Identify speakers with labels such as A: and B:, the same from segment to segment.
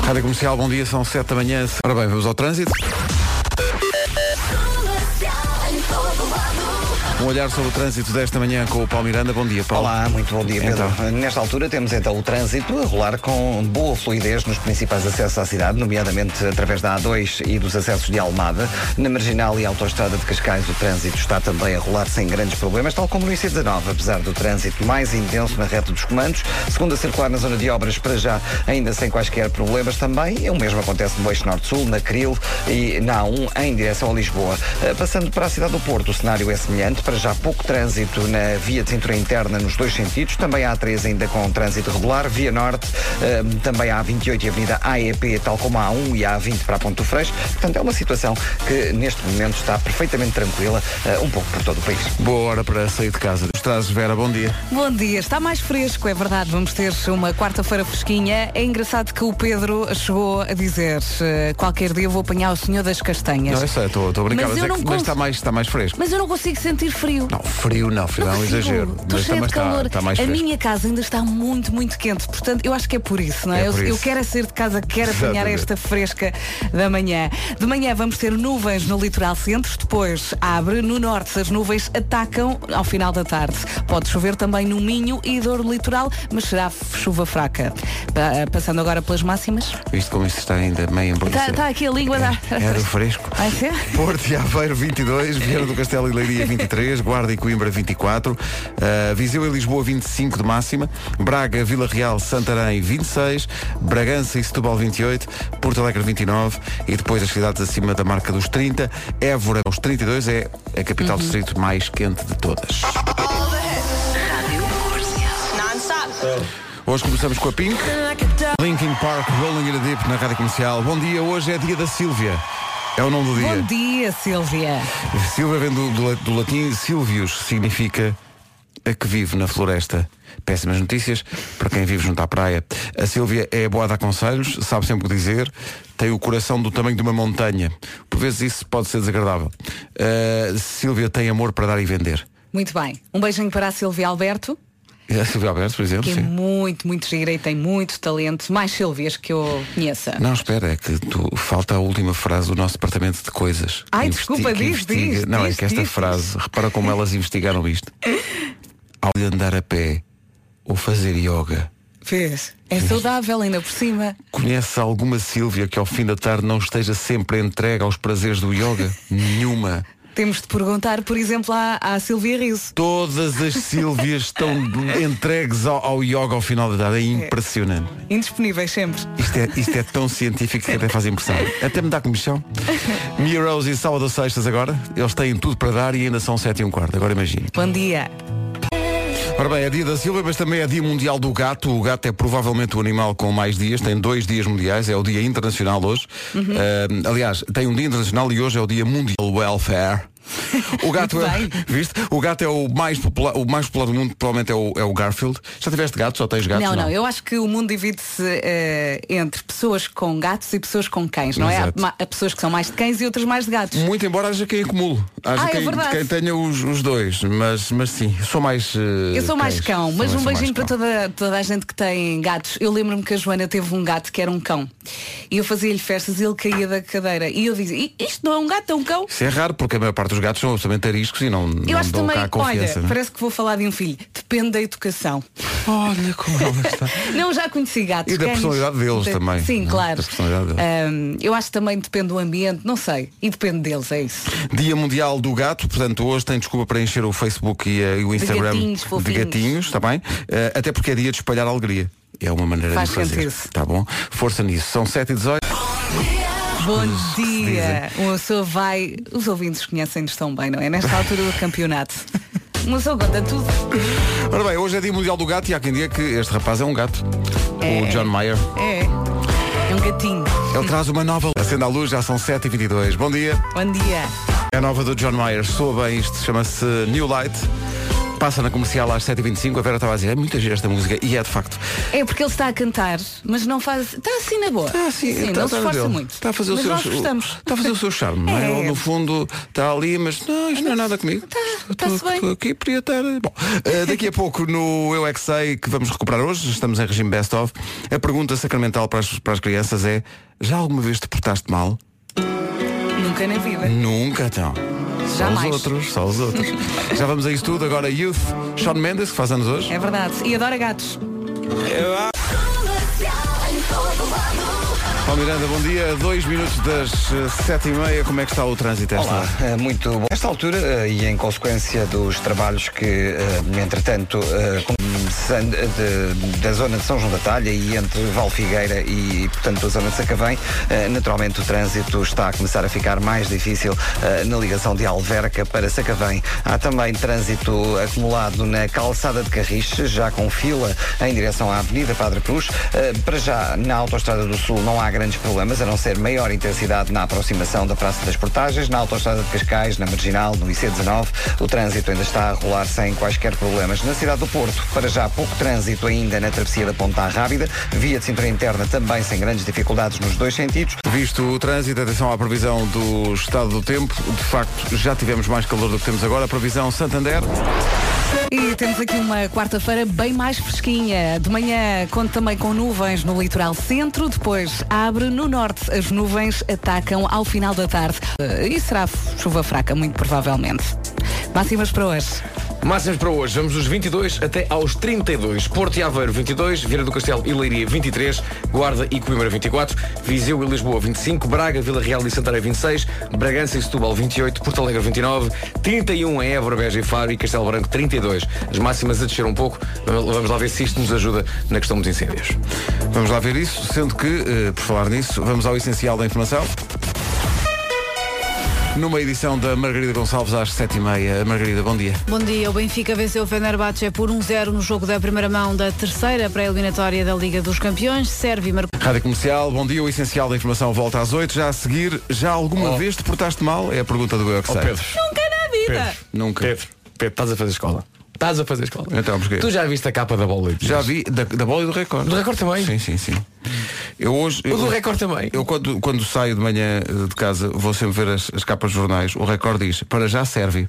A: Rádio Comercial, bom dia, são 7 da manhã. Ora bem, vamos ao trânsito. Um olhar sobre o trânsito desta manhã com o Paulo Miranda. Bom dia, Paulo.
B: Olá, muito bom dia, Pedro. Nesta altura temos então o trânsito a rolar com boa fluidez nos principais acessos à cidade, nomeadamente através da A2 e dos acessos de Almada. Na Marginal e Autoestrada de Cascais o trânsito está também a rolar sem grandes problemas, tal como no IC19, apesar do trânsito mais intenso na reta dos comandos. Segunda circular na zona de obras, para já ainda sem quaisquer problemas também. O mesmo acontece no Eixo Norte-Sul, na Cril e na A1 em direção a Lisboa. Eh, Passando para a cidade do Porto, o cenário é semelhante. Para já pouco trânsito na via de cintura interna nos dois sentidos. Também há A3 ainda com trânsito regular. Via Norte, eh, também há A28 e Avenida AEP, tal como a A1 e a A20 para a Ponto Freixo. Portanto, é uma situação que neste momento está perfeitamente tranquila, eh, um pouco por todo o país.
A: Boa hora para sair de casa. Os trazes, Vera, bom dia.
C: Bom dia, está mais fresco, é verdade. Vamos ter uma quarta-feira fresquinha. É engraçado que o Pedro chegou a dizer eh, qualquer dia vou apanhar o senhor das castanhas.
A: Não, eu sei, estou estou a brincar,
C: Mas
A: mas,
C: eu
A: é
C: não
A: que- mas
C: cons-
A: está, mais, está mais fresco.
C: Mas eu não consigo sentir frio.
A: Não, frio não, frio é um
C: consigo.
A: exagero.
C: Estou
A: Mas
C: cheia
A: também
C: de calor.
A: está, está mais
C: a
A: fresco.
C: minha casa ainda está muito, muito quente. Portanto, eu acho que é por isso, não é?
A: É por
C: eu, eu
A: isso.
C: quero é sair de casa, quero apanhar
A: Exatamente.
C: esta fresca da manhã. De manhã vamos ter nuvens no litoral centro, depois abre no norte. As nuvens atacam ao final da tarde. Pode chover também no Minho e Douro Litoral, mas será chuva fraca. Pa- Passando agora pelas máximas.
A: Visto como isto está ainda meio
C: Está
A: embrulhado.
C: aqui a língua da.
A: Era fresco.
C: Vai ser?
A: Porto e Aveiro 22, Vieira do Castelo e Leiria 23, Guarda e Coimbra 24, eh, Viseu e Lisboa 25 de máxima, Braga, Vila Real, Santarém 26, Bragança e Setúbal 28, Porto Alegre 29 e depois as cidades acima da marca dos 30, Évora aos 32 é a capital distrito mais quente de todas. Hoje começamos com a Pink. Linkin Park, Rolling in the Deep na Rádio Comercial. Bom dia, hoje é dia da Sílvia. É o nome do dia.
C: Bom dia, Silvia.
A: Silva vem do, do la- do latim Silvius, significa a que vive na floresta. Péssimas notícias para quem vive junto à praia. A Silvia é boa a dar conselhos, sabe sempre o que dizer, tem o coração do tamanho de uma montanha. Por vezes isso pode ser desagradável. Uh, Silvia tem amor para dar e vender.
C: Muito bem. Um beijinho para a Silvia Alberto.
A: E A Silvia Alberto, por exemplo,
C: que é
A: sim.
C: muito, muito gira e tem muito talento, mais Silvias que eu conheça.
A: Não, espera, é que tu, falta a última frase do nosso departamento de coisas.
C: Ai,
A: Que investi-
C: desculpa,
A: que
C: diz,
A: investiga-
C: diz,
A: Não,
C: diz,
A: é que esta
C: diz.
A: frase, repara como elas investigaram isto. Ao de andar a pé ou fazer yoga,
C: Fez. É saudável ainda por cima.
A: conhece alguma Sílvia que ao fim da tarde não esteja sempre entregue aos prazeres do yoga? Nenhuma.
C: Temos de perguntar, por exemplo, à, à Silvia Riso.
A: Todas as Sílvias estão entregues ao, ao yoga ao final da tarde. É impressionante.
C: Indisponíveis sempre.
A: Isto é, isto é tão científico que até faz impressão. Até me dá comichão. Mia Rose e Sábado Sextas agora. Eles têm tudo para dar e ainda são 7 e um quarto. Agora imagina.
C: Bom dia.
A: Ora bem, é dia da Silva, mas também é dia mundial do gato. O gato é provavelmente o animal com mais dias. Tem dois dias mundiais. É o dia internacional hoje.
C: Uhum.
A: Ah, aliás, tem um dia internacional e hoje é o dia mundial do welfare. O gato é,
C: Muito
A: viste? O gato é o mais popular, o mais popular do mundo, provavelmente é o, é o Garfield. Já tiveste gato? Só tens gato?
C: não, não, eu acho que o mundo divide-se eh, entre pessoas com gatos e pessoas com cães, não é?
A: Exato. Eh,
C: Há, ma- há pessoas que são mais de cães e outras mais de gatos.
A: Muito embora haja quem acumule. Haja
C: Ah, é
A: quem,
C: verdade.
A: quem tenha os, os dois. Mas, mas sim, sou mais. eh,
C: Eu sou mais cão, mas
A: assim
C: um beijinho para
A: todos.
C: toda, toda a gente que tem gatos. Eu lembro-me que a Joana teve um gato que era um cão. E eu fazia-lhe festas e ele caía da cadeira. E eu dizia, "I- isto não é um gato, é um cão.
A: Isso é raro, porque a maior parte dos gatos são absolutamente ariscos e não,
C: Eu
A: não
C: acho que
A: dão
C: também,
A: cá a
C: olha,
A: confiança. não é?
C: parece que vou falar de um filho. Depende da educação.
A: Olha como ela está.
C: Não, já conheci gatos.
A: E da
C: cães,
A: personalidade deles
C: da-
A: também,
C: Sim,
A: não é?
C: claro.
A: Da personalidade deles.
C: Ahm, eu acho que também depende do ambiente, não sei. E depende deles, é isso.
A: Dia Mundial do Gato, portanto hoje tem desculpa para encher o Facebook e, eh, e o Instagram
C: gatinhos fofinhos.
A: gatinhos, está bem? Eh, até porque é dia de espalhar alegria. É uma maneira
C: Faz
A: de fazer.
C: sentido.
A: Tá bom? Força nisso. São 7 e 18
C: Bom
A: que se
C: dia. Uma pessoa vai. Os ouvintes conhecem-nos tão bem, não é? Nesta altura do campeonato. Uma pessoa conta tudo.
A: Ora bem, hoje é dia mundial do gato e há quem diga que este rapaz é um gato. O John Mayer.
C: É. É um gatinho.
A: Ele traz uma nova. Acenda a luz, já são 7h22. Bom dia.
C: Bom dia.
A: É a nova do John Mayer. Soa bem isto, chama-se New Light. passa na comercial às 7h25, a Vera estava a dizer, é muita gira esta música, e é de facto.
C: É porque ele está a cantar, mas não faz. Está assim na boa.
A: Está assim,
C: Sim,
A: está-
C: não
A: está
C: se
A: a
C: esforça
A: dele.
C: muito.
A: Está a fazer o
C: mas
A: seu,
C: Nós gostamos.
A: Está a fazer o seu charme, não é?
C: É.
A: Ele, no fundo está ali, mas não, isto não é nada comigo.
C: Está-
A: Estou-
C: está-se
A: estou-
C: bem.
A: estou aqui, podia estar. Bom, eh, daqui a pouco no Eu é que sei que vamos recuperar hoje, estamos em regime best of. A pergunta sacramental para as, para as crianças é: já alguma vez te portaste mal?
C: Nunca na vida.
A: Nunca, então. Só
C: Jamais.
A: os outros, só os outros. Já vamos a isso tudo. Agora Youth, Sean Mendes, que faz anos hoje.
C: É verdade. E adora gatos.
A: Paulo Miranda, bom dia. Dois minutos das eh, sete e meia. Como é que está o trânsito a esta
B: Olá,
A: hora?
B: eh, muito bom. Nesta altura, eh, e em consequência dos trabalhos que, eh, entretanto, eh, com- san- de- da zona de São João da Talha e entre Valfigueira e, portanto, a zona de Sacavém, eh, naturalmente o trânsito está a começar a ficar mais difícil eh, na ligação de Alverca para Sacavém. Há também trânsito acumulado na calçada de Carriche, já com fila em direção à Avenida Padre Cruz. Eh, Para já, na Autostrada do Sul não há grandes problemas, a não ser maior intensidade na aproximação da Praça das Portagens. Na Autostrada de Cascais, na Marginal, no IC19, o trânsito ainda está a rolar sem quaisquer problemas. Na cidade do Porto, para já, pouco trânsito ainda na travessia da Ponta à Rábida. Via de cintura interna também sem grandes dificuldades nos dois sentidos.
A: Visto o trânsito, atenção à previsão do estado do tempo. De facto, já tivemos mais calor do que temos agora. A previsão Santander.
C: E temos aqui uma quarta-feira bem mais fresquinha. De manhã conta também com nuvens no litoral centro, depois abre no norte. As nuvens atacam ao final da tarde. Eh, E será chuva fraca, muito provavelmente. Máximas para hoje.
D: Máximos para hoje, vamos dos 22 até aos 32. Porto e Aveiro 22, Vieira do Castelo e Leiria 23, Guarda e Coimbra 24, Viseu e Lisboa 25, Braga, Vila Real e Santarém 26, Bragança e Setúbal 28, Porto Alegre 29, 31 em Évora, Beja e Faro e Castelo Branco 32. As máximas a descer um pouco, vamos lá ver se isto nos ajuda na questão dos incêndios.
A: Vamos lá ver isso, sendo que, eh, por falar nisso, vamos ao essencial da informação. Numa edição da Margarida Gonçalves às sete e meia. Margarida, bom dia.
E: Bom dia, o Benfica venceu o Fenerbahçe por 1-0 no jogo da primeira mão da terceira pré-eliminatória da Liga dos Campeões. Serve e marcou.
A: Rádio Comercial, bom dia. O essencial da informação volta às oito. Já a seguir, já alguma
D: Oh.
A: vez te portaste mal? É a pergunta do Eu é que sei.
C: Nunca na vida!
A: Nunca.
D: Pedro, Pedro, estás a fazer escola. Estás a fazer escola.
A: Então, porquê?
D: Tu já viste a capa da bola?
A: Já vi, da, da bola e do recorde.
D: Do recorde também?
A: Sim, sim, sim. Eu hoje.
D: O do
A: eu-
D: recorde também.
A: Eu quando, quando saio de manhã eh, de casa vou sempre ver as, as capas de jornais. O recorde diz, para já serve.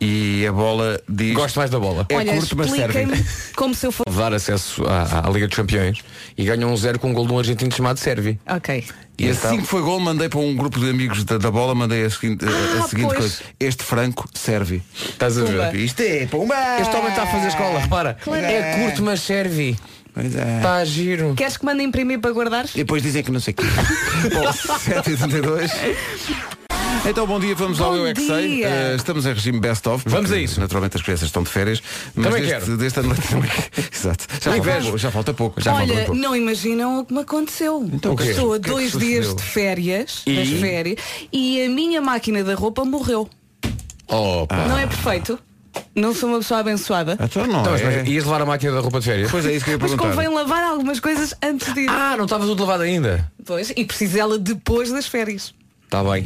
A: E a bola diz.
D: Gosto mais da bola.
A: É
C: Olha,
A: curto, mas serve.
C: expliquem-me como se eu fosse.
D: dar acesso à, à Liga dos Campeões e ganham um zero com um gol de um argentino chamado Servi.
C: Ok.
A: E
D: E
A: assim
D: então?
A: que foi gol, mandei para um grupo de amigos da, da bola, mandei a seguinte, a- a
C: Ah,
A: seguinte
C: pois.
A: coisa. Este franco serve.
D: Estás a ver?
A: Isto é, pumba!
D: Este homem está a fazer escola, repara. É curto, mas serve.
A: Pois é.
D: Está a giro.
C: Queres que mande imprimir para guardar?
A: E depois dizem que não sei o quê. Bom, 7h32. Então bom dia, vamos ao
C: Bom
A: Eu é que sei.
C: dia.
A: Eh, estamos em regime best of. porque,
D: Vamos a isso.
A: Naturalmente as crianças estão de férias. Mas
D: Também
A: deste,
D: quero.
A: deste ano também. Exato. Já,
D: Também
A: falta,
D: vejo.
A: pouco, já falta pouco. Já falta
C: Olha,
A: muito pouco.
C: não imaginam o que me aconteceu.
A: Então, o quê?
C: Estou a
A: O que é que
C: dois
A: sucedeu?
C: dias de férias, das
D: E?
C: férias, e a minha máquina da roupa morreu.
D: Opa.
C: Não é perfeito? Não sou uma pessoa abençoada.
A: Então não.
D: Então, mas,
A: é...
D: mas ias levar a máquina da roupa de férias?
A: Pois é isso que eu ia
C: Mas
A: perguntar.
C: convém lavar algumas coisas antes de ir.
D: Ah, não estavas tudo lavado ainda.
C: Pois, e preciso dela depois das férias.
D: Está bem.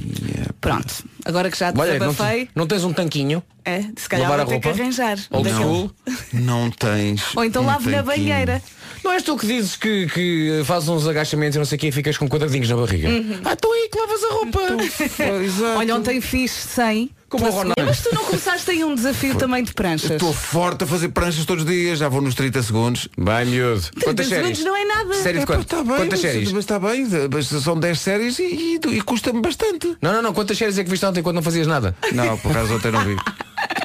C: Pronto, agora que já
D: Olha, não,
C: desabafei,
D: te- não tens um tanquinho?
C: é, se calhar
D: lavar
C: vou
D: a
C: ter
D: roupa?
C: que arranjar.
D: Old
C: Daquele-
D: school?
A: Não tens.
C: Ou então
A: um
C: lavo na
A: tanquinho.
C: banheira.
D: Não és tu que dizes que, que fazes uns agachamentos e não sei o quê e ficas com quadradinhos na barriga? Ah, tu aí que lavas a roupa.
A: Uhum. Exato.
C: Olha, ontem fiz 100.
D: Como
C: na
D: o Ronaldo.
C: segunda- Mas tu não começaste aí um desafio também de pranchas.
A: Estou forte a fazer pranchas todos os dias, já vou nos 30 segundos.
D: Bem, miúdo.
C: 30 segundos não é nada.
D: Séries de
A: pá,
D: quantas?
A: tá bem,
D: quantas
A: mas-
D: séries?
A: Mas está bem, mas são 10 séries e, e- e custa-me bastante.
D: Não, não, não. Quantas séries é que viste ontem quando não fazias nada?
A: Não, por acaso ontem não vi.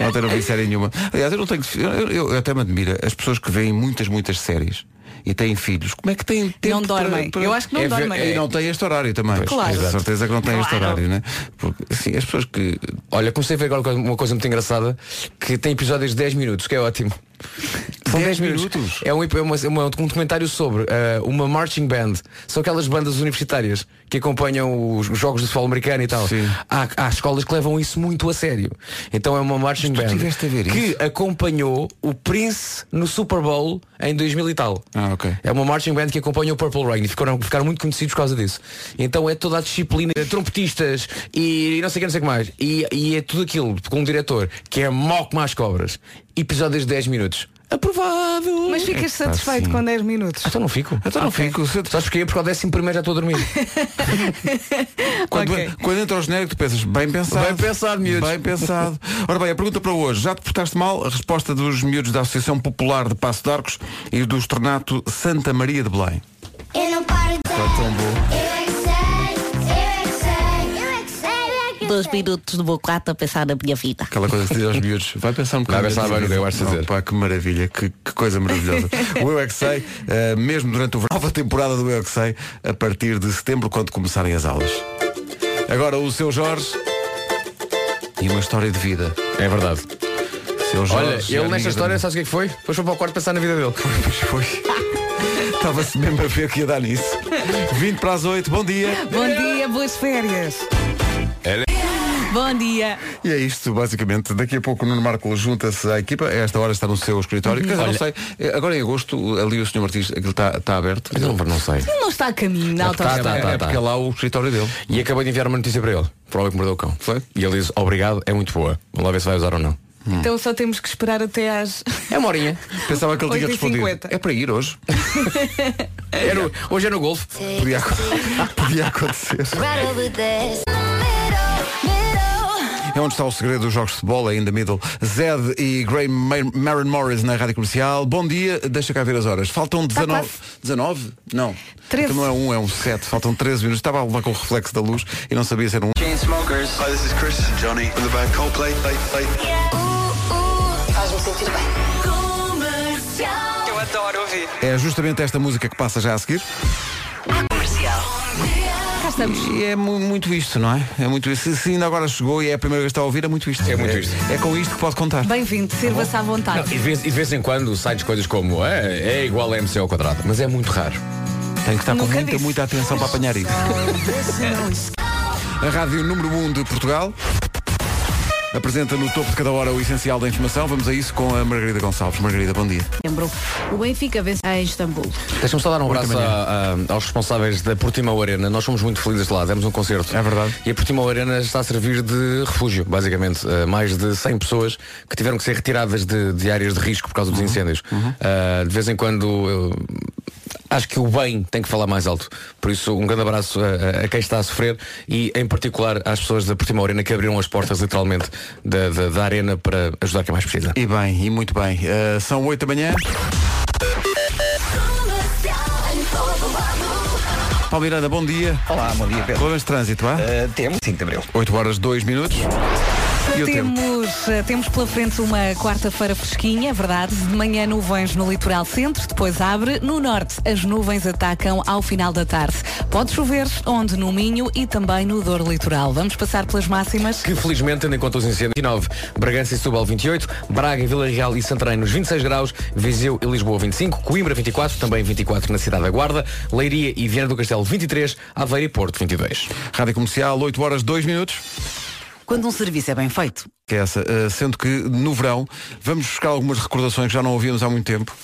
A: Ontem não vi série nenhuma. Aliás, eu não tenho. Eu, eu- eu até me admiro as pessoas que veem muitas, muitas séries e têm filhos. Como é que têm tempo
C: Não dormem.
A: para- para-
C: Eu acho que não
D: É ver-
C: dormem.
D: é-
A: E não têm este horário também.
C: Claro.
A: Tenho a certeza que não têm este
C: Claro.
A: horário, né? Porque, assim, as pessoas que.
D: Olha, comecei a ver agora uma coisa muito engraçada que tem episódios de 10 minutos, que é ótimo.
A: São
D: 10
A: 10 minutos.
D: É um, é uma- é uma- um documentário sobre eh, uma marching band. São aquelas bandas universitárias que acompanham os, os jogos de futebol americano e tal.
A: Sim.
D: Há, há escolas que levam isso muito a sério. Então é uma marching
A: tu
D: band
A: tiveste a ver
D: que
A: isso?
D: acompanhou o Prince no Super Bowl em 2000 e tal.
A: Ah, ok.
D: É uma marching band que acompanha o Purple Rain e ficaram, ficaram muito conhecidos por causa disso. Então é toda a disciplina de trompetistas e não sei o que, não sei o que mais. E, e é tudo aquilo com um diretor que é mau como as cobras. Episódios de 10 minutos. Aprovado!
C: Mas ficas
A: Epá,
C: satisfeito
A: sim.
C: com 10 minutos.
D: Ah, Então não fico.
A: Então não
D: Ok.
A: fico. Se-
D: Sabes porquê? Porque ao décimo primeiro já estou a dormir.
A: Quando,
C: Ok.
A: quando entra o genérico, tu pensas, bem pensado.
D: Bem pensado, miúdos.
A: Bem pensado. Ora bem, a pergunta para hoje, já te portaste mal? A resposta dos miúdos da Associação Popular de Passo de Arcos e do Estornato Santa Maria de Belém.
F: Eu não paro de
A: Está tão bom.
F: Eu é que sei, eu é que sei, eu é que sei, eu é que
G: dois
F: sei.
G: minutos do meu quarto a pensar na minha vida.
A: Aquela coisa que se diz aos miúdos, vai pensar um bocado.
D: Vai pensar
A: na tua
D: bem no que
A: vida.
D: vais fazer.
A: Oh, pá, que maravilha, que, que coisa maravilhosa. o Eu é que sei, eh, mesmo durante a nova temporada do Eu é que sei, a partir de setembro, quando começarem as aulas. Agora o seu Jorge e uma história de vida.
D: É verdade.
A: Seu Jorge,
D: Olha,
A: é
D: ele
A: amiga
D: nesta
A: da
D: história, sabes o que é que foi? Depois foi para o quarto pensar na vida dele.
A: Pois foi. Estava-se mesmo a ver que ia dar nisso. 20 para as 8, bom dia.
C: Bom dia, boas férias.
A: é-
C: Bom dia.
A: E é isto, basicamente. Daqui a pouco o Nuno Marco junta-se à equipa. A esta hora está no seu escritório. Quer dizer, não sei. Eh, Agora em agosto, ali o senhor Martins, aquilo está, está aberto.
D: Não, não sei.
C: Ele não está a caminho na autostrada.
D: tá, tá,
A: é
D: tá.
A: porque é lá o escritório dele.
D: E acabei de enviar uma notícia para ele, para o homem que mordeu o cão.
A: Foi?
D: E ele diz, obrigado, é muito boa. Vamos lá ver se vai usar ou não.
C: Então só temos que esperar até às.
D: É uma horinha.
A: Pensava que ele tinha
C: 8h50.
A: respondido. É para ir hoje.
D: É no- hoje é no golfe.
A: Podia, ac- podia acontecer.
F: Right over there. Middle, middle.
A: É onde está o segredo dos jogos de futebol, é in the middle. Zed e Gray Ma- Maren Morris na Rádio Comercial. Bom dia, deixa cá ver as horas. Faltam
D: Tá
A: 19.
C: quase.
A: 19? Não.
C: Treze.
A: Então não é um, é um 7. Faltam 13 minutos. Estava a levar com o reflexo da luz e não sabia se era um.
H: Chainsmokers. Hi, this is Chris and Johnny from the band Coldplay. Play, play.
I: Faz-me sentir bem.
H: Eu adoro ouvir.
A: É justamente esta música que passa já a seguir.
I: Comercial.
C: Cá estamos.
A: E é mu- muito isto, não é? É muito isto. Se- Se ainda agora chegou e é a primeira vez que está a ouvir, é muito isto.
D: É muito isto.
A: É com isto que pode contar.
C: Bem-vindo, sirva-se à
D: Não,
C: vontade.
D: e, de vez, e de vez em quando sai coisas como é, é igual a MC ao quadrado, mas é muito raro.
A: Tenho que estar com
C: Nunca
A: muita,
C: disse.
A: muita atenção para apanhar isso. A Rádio Número 1 de Portugal apresenta no topo de cada hora o essencial da informação. Vamos a isso com a Margarida Gonçalves. Margarida, bom dia.
E: Setembro. O Benfica vence em Istambul.
D: Deixa-me só dar um
A: Oito
D: abraço
A: da manhã.
D: a- a- aos responsáveis da Portimão Arena. Nós fomos muito felizes lá, demos um concerto.
A: É verdade.
D: E a Portimão Arena está a servir de refúgio, basicamente. Uh, mais de 100 pessoas que tiveram que ser retiradas de, de áreas de risco por causa dos incêndios. Uh, de vez em quando. eu- Acho que o bem tem que falar mais alto. Por isso, um grande abraço a, a- a quem está a sofrer e, em particular, às pessoas da Portimão Arena que abriram as portas, literalmente, da, da, da arena para ajudar quem mais precisa.
A: E bem, e muito bem. Eh, são 8 da manhã. Paulo Miranda, bom dia.
B: Olá, bom dia, Pedro.
A: Problemas de trânsito, vá?
B: Eh, temos 5 de Abril.
A: 8 horas 2 minutos. E o tempo?
C: Temos, eh, temos pela frente uma quarta-feira fresquinha, é verdade. De manhã nuvens no litoral centro, depois abre. No norte, as nuvens atacam ao final da tarde. Pode chover onde? No Minho e também no Douro Litoral. Vamos passar pelas máximas.
D: que felizmente, tendo em conta os incêndios, 29, Bragança e Setúbal 28, Braga, Vila Real e Santarém nos 26 graus, Viseu e Lisboa 25, Coimbra 24, também 24 na cidade da Guarda, Leiria e Viana do Castelo 23, Aveiro e Porto 22.
A: Rádio Comercial, 8 horas 2 minutos.
I: Quando um serviço é bem feito,
A: Que é essa. Eh, sendo que no verão vamos buscar algumas recordações que já não ouvíamos há muito tempo.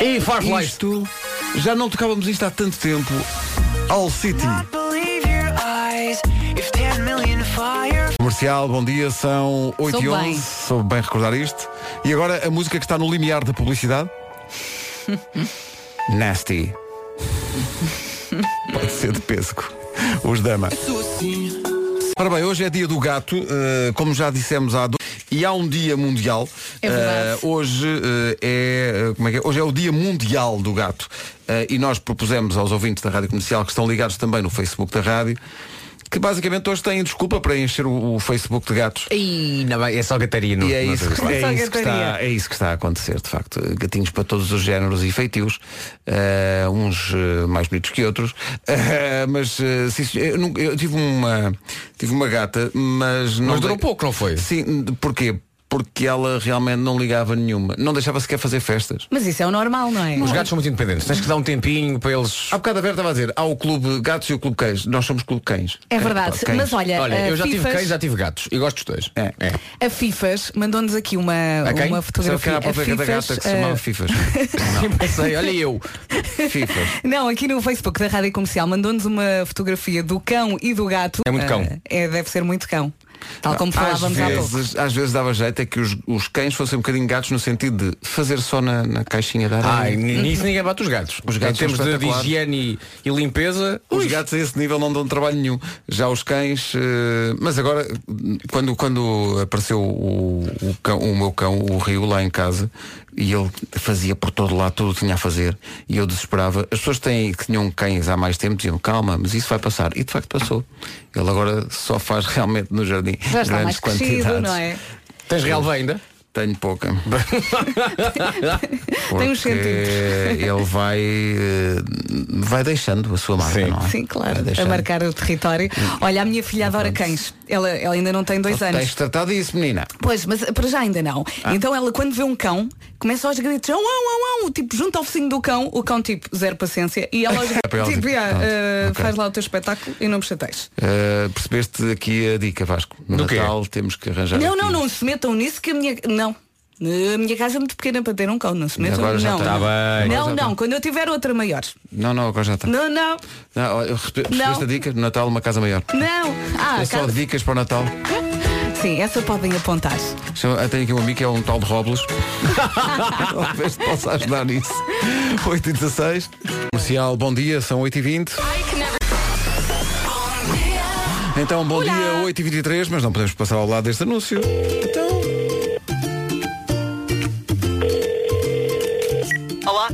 D: E Farflies!
A: Isto, já não tocávamos isto há tanto tempo. All City. Comercial, bom dia, são 8 e
C: Sou
A: 11
C: bem.
A: Soube bem recordar isto. E agora a música que está no limiar da publicidade. Nasty. Pode ser de pesco. Os dama. Ora bem, hoje é dia do gato, eh, como já dissemos há do... e há um dia mundial.
C: É verdade.
A: Eh, hoje eh, é, eh, como é que é? Hoje é o dia mundial do gato. Eh, e nós propusemos aos ouvintes da Rádio Comercial que estão ligados também no Facebook da rádio que basicamente hoje têm desculpa para encher o, o Facebook de gatos.
D: E não, é só gataria, não
A: E é
D: não
A: isso,
D: sei se
A: que,
D: vai.
A: é, isso que está,
C: gataria.
A: é isso que está a acontecer, de facto. Gatinhos para todos os géneros e feitios, eh, uns eh, mais bonitos que outros. Eh, mas eh, sim, sim, eu, nunca- eu tive uma tive uma gata, mas não
D: Mas durou
A: dei-
D: pouco, não foi?
A: Sim, porquê? porque ela realmente não ligava nenhuma. Não deixava sequer fazer festas.
C: Mas isso é o normal, não é?
D: Os gatos são muito independentes. Tens que dar um tempinho para eles.
A: Há bocado a Vera estava a dizer, há o clube gatos e o clube cães. Nós somos clube cães.
C: É verdade,
A: Cães.
C: mas olha,
D: Olha,
C: a
D: eu já tive
C: Fifas-
D: cães, já tive gatos. E gosto dos dois.
A: É.
C: A Fifas mandou-nos aqui uma,
D: A quem?
C: uma
A: Sabe que
C: fotografia.
A: era a própria
C: A
A: da
C: Fifas,
A: gata que se
C: eh,
A: chamava Fifas.
D: Não sei, olha eu.
A: Fifas.
C: Não, aqui no Facebook da Rádio Comercial mandou-nos uma fotografia do cão e do gato.
D: É muito cão.
C: Ah, é, deve ser muito cão. Tal como falávamos há
A: Ah, às
C: pouco.
A: vezes, às vezes dava jeito é que os, os cães fossem um bocadinho gatos no sentido de fazer só na, na caixinha da
D: Ai,
A: areia.
D: nisso ninguém bate os gatos.
A: Os gatos
D: em termos
A: são
D: de, de
A: espetaculares.
D: higiene e, e limpeza,
A: Os
D: ui.
A: gatos a esse nível não dão trabalho nenhum. Já os cães. eh, mas agora, quando, quando apareceu o, o cão- o meu cão, o Rio, lá em casa, e ele fazia por todo lado tudo o que tinha a fazer, e eu desesperava. As pessoas têm, que tinham cães há mais tempo diziam: calma, mas isso vai passar. E de facto passou. Ele agora só faz realmente no jardim
C: Já está
A: grandes
C: mais crescido,
A: quantidades.
C: não é?
D: tens relva ainda?
A: Tenho pouca.
C: Tem uns
A: Porque Ele vai, eh, vai deixando a sua marca,
D: Sim.
A: não é?
C: Sim,
A: Vai
C: claro, a
A: deixando.
C: marcar o território. Olha, a minha filha adora cães. Ela, ela ainda não tem dois anos.
A: Tens Ah. de tratar disso, menina.
C: Pois, mas para já ainda não. Então ela quando vê um cão, começa aos gritos, au, au, au, au, tipo, junto ao focinho do cão, o cão tipo, zero paciência, e ela aos
A: para ela,
C: gritos, tipo,
A: tipo,
C: "Ya,
A: pronto,
C: eh,
A: ok.
C: faz lá o teu espetáculo e não me chateis.
A: Uh, percebeste aqui a dica, Vasco? No
D: Do quê?
A: Natal temos que arranjar.
C: Não,
A: aqui.
C: não, não se metam nisso que a minha. Não. A minha casa é muito pequena para ter um cão, não se metam.
A: Agora já
C: não,
A: está.
D: Tá bem.
C: não, não, quando eu tiver outra maior.
A: Não, não, agora já está.
C: Não, não,
A: Não, olha, perce- Percebeste
C: Não.
A: a dica? No Natal, uma casa maior.
C: não. Ah,
A: é
C: a
A: só
C: casa...
A: dicas para o Natal.
C: Sim, essa podem apontar.
A: Chama- ah, Tenho aqui um amigo que é um tal de Robles. Talvez te possa ajudar nisso. 8 e 16 Comercial, bom dia, são 8 e 20 Então, bom dia, 8 e 23 mas não podemos passar ao lado deste anúncio. Então.
I: Olá,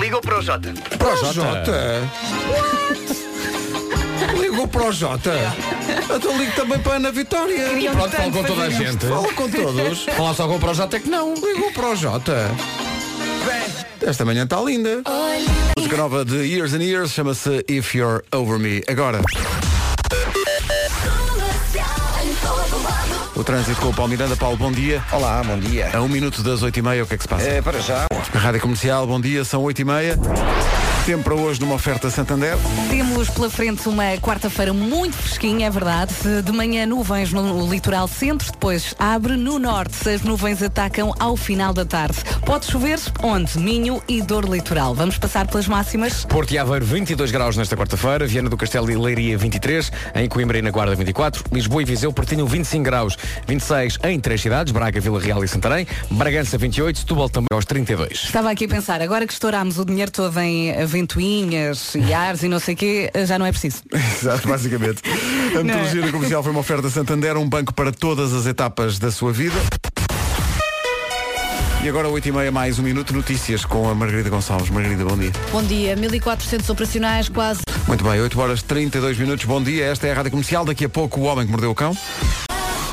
I: ligou para o Jota.
A: Pro Jota? Ligou para o Jota? Então ligo também para a Ana Vitória.
D: Pronto, falo com toda a gente.
A: Fala com todos.
D: Falar só com o Projota é que não.
A: Ligou para o Jota. Esta manhã está linda. Música nova de Years and Years chama-se If You're Over Me. Agora. O trânsito com o Paulo Miranda. Paulo, bom dia.
B: Olá, bom dia.
A: A um minuto das oito e meia, o que é que se passa?
B: Eh, para já,
A: Rádio Comercial, bom dia, são oito e meia. Tempo para hoje numa oferta Santander.
C: Temos pela frente uma quarta-feira muito fresquinha, é verdade. De manhã nuvens no litoral centro, depois abre no norte. As nuvens atacam ao final da tarde. Pode chover onde? Minho e dor litoral. Vamos passar pelas máximas.
D: Porto e Aveiro 22 graus nesta quarta-feira, Viana do Castelo e Leiria 23, em Coimbra e na Guarda 24, Lisboa e Viseu partilham 25 graus, 26 em três cidades, Braga, Vila Real e Santarém, Bragança 28, Setúbal também aos 32.
C: Estava aqui a pensar, agora que estourámos o dinheiro todo em eh, ventoinhas e ares e não sei o quê, eh, já não é preciso.
A: Exato, basicamente.
C: é?
A: A metodologia da comercial foi uma oferta Santander, um banco para todas as etapas da sua vida. E agora 8h30 mais um minuto, notícias com a Margarida Gonçalves. Margarida, bom dia.
E: Bom dia, 1400 operacionais, quase.
A: Muito bem, 8 horas 32 minutos, bom dia. Esta é a Rádio Comercial, daqui a pouco o Homem que Mordeu o Cão.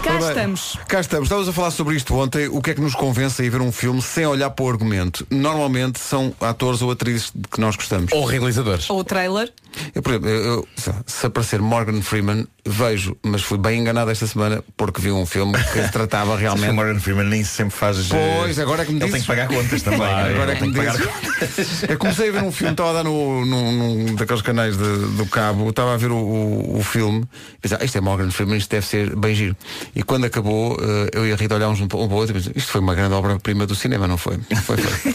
C: Cá
A: Ora bem,
C: estamos.
A: Cá estamos. Estávamos a falar sobre isto ontem. O que é que nos convence a ir ver um filme sem olhar para o argumento? Normalmente são atores ou atrizes de que nós gostamos.
D: Ou realizadores.
C: Ou o trailer.
A: Eu, por exemplo, eu- eu- se- se aparecer Morgan Freeman, vejo, mas fui bem enganado esta semana porque vi um filme que se tratava
J: O
A: realmente.
J: Morgan Freeman nem sempre faz. eh,
A: Pois, agora é que me
J: Ele tem
A: dizes.
J: que pagar contas também. né?
A: Claro, agora é que
J: Ele tem
A: me dizes. Eu comecei a ver um filme, estava a dar no, num- num daqueles canais de- do Cabo, estava a ver o, o, o filme, pensava, isto é Morgan Freeman, isto deve ser bem giro. E quando acabou, eh, eu e a Rita olhámos um para um para o outro e pensamos, isto foi uma grande obra-prima do cinema, não foi? Foi, foi.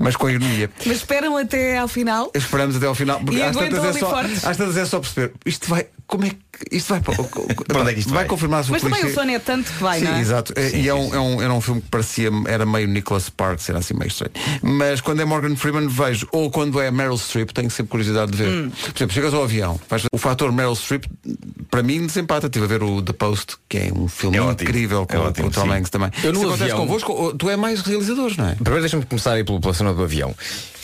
A: Mas com ironia.
C: Mas esperam até ao final.
A: Esperamos até ao final, porque
C: E
A: às tantas,
C: aguentam
A: é
C: ali
A: só,
C: fortes.
A: às tantas é só perceber. Isto vai. Como é que. Isto vai para.
J: Para onde é que isto
A: vai
J: vai?
A: confirmar-se o
C: Mas também
A: clichê.
C: o sono é tanto que vai,
A: Sim,
C: não é?
A: exato. É, e é um, é um- era um filme que parecia, era meio Nicholas Parks, era assim meio estranho. Mas quando é Morgan Freeman, vejo. Ou quando é Meryl Streep, tenho sempre curiosidade de ver.
C: Hum.
A: Por exemplo, chegas ao avião, vais- o fator Meryl Streep, para mim, desempata. Estive a ver o The Post, que é um filme
J: É ótimo.
A: incrível com,
J: É ótimo,
A: com o Tom
J: sim.
A: Hanks também.
D: Eu no
A: Isso acontece
D: avião-
A: convosco, ou- tu é mais realizadores, não é?
D: Primeiro deixa-me começar aí pelo pela cena do avião.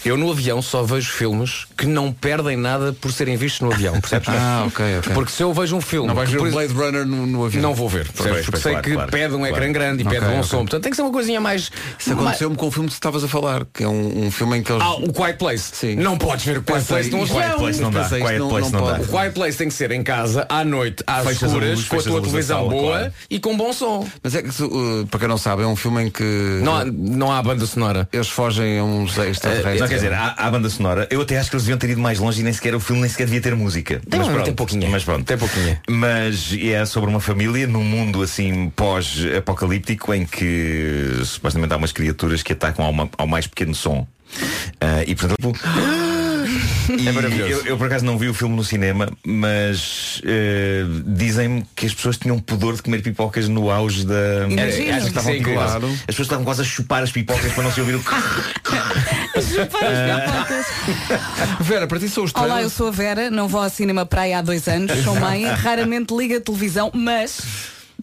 D: Eu no avião só vejo filmes que não perdem nada por serem vistos no avião, percebes?
A: Ah, ok, ok.
D: Porque se eu vejo um filme.
A: Não vais ver
D: por
A: o
D: exemplo,
A: Blade Runner no, no avião.
D: Não vou ver, percebes?
J: Pois,
D: Porque
J: pois,
D: sei
J: claro,
D: que
J: claro,
D: pede um
J: claro.
D: ecrã grande e
A: Ok,
D: pede um
A: ok.
D: som. Portanto, tem que ser uma coisinha mais.
A: Isso aconteceu-me com o filme que tu estavas a falar, que é um, um filme em que eles.
D: Ah, o Quiet Place.
A: Sim.
D: Não podes ver o Quiet
A: Pensei,
D: Place num
A: o Quiet
D: avião.
J: Place não dá,
A: Pensei, isto
J: Quiet Place não dá.
A: pode.
D: O Quiet Place tem que ser em casa, à noite, às
J: Fechas a
D: escuras,
J: luz,
D: com a
J: fechas a
D: tua
J: luz da
D: televisão
J: sala,
D: boa
J: claro.
D: e com bom som.
A: Mas é que, uh, para quem não sabe, é um filme em que
D: Não há, não há banda sonora.
A: eles fogem a um uns extraterrestres.
J: Não, quer dizer, há, há banda sonora. Eu até acho que eles deviam ter ido mais longe e nem sequer o filme nem sequer devia ter música.
D: Tem, um,
J: mas
D: tem
J: pronto,
D: pouquinha.
J: Mas pronto.
D: Tem pouquinha.
J: Mas é sobre uma família num mundo assim pós-apocalíptico em que supostamente há umas criaturas que atacam ao, ma- ao mais pequeno som. Ah, e portanto. tipo, e
D: maravilhoso.
J: Eu, eu, por acaso não vi o filme no cinema, mas eh, dizem-me que as pessoas tinham pudor de comer pipocas no auge da.
C: Imagino.
J: Era- acho é, que estavam
D: Sim,
J: perigosas.
D: claro.
J: As pessoas estavam quase a chupar as pipocas para não se ouvir o.
A: Vera, para ti são os
C: Olá, eu
A: trailers?
C: sou a Vera, não vou ao cinema praia há dois anos, sou mãe, raramente ligo a televisão, mas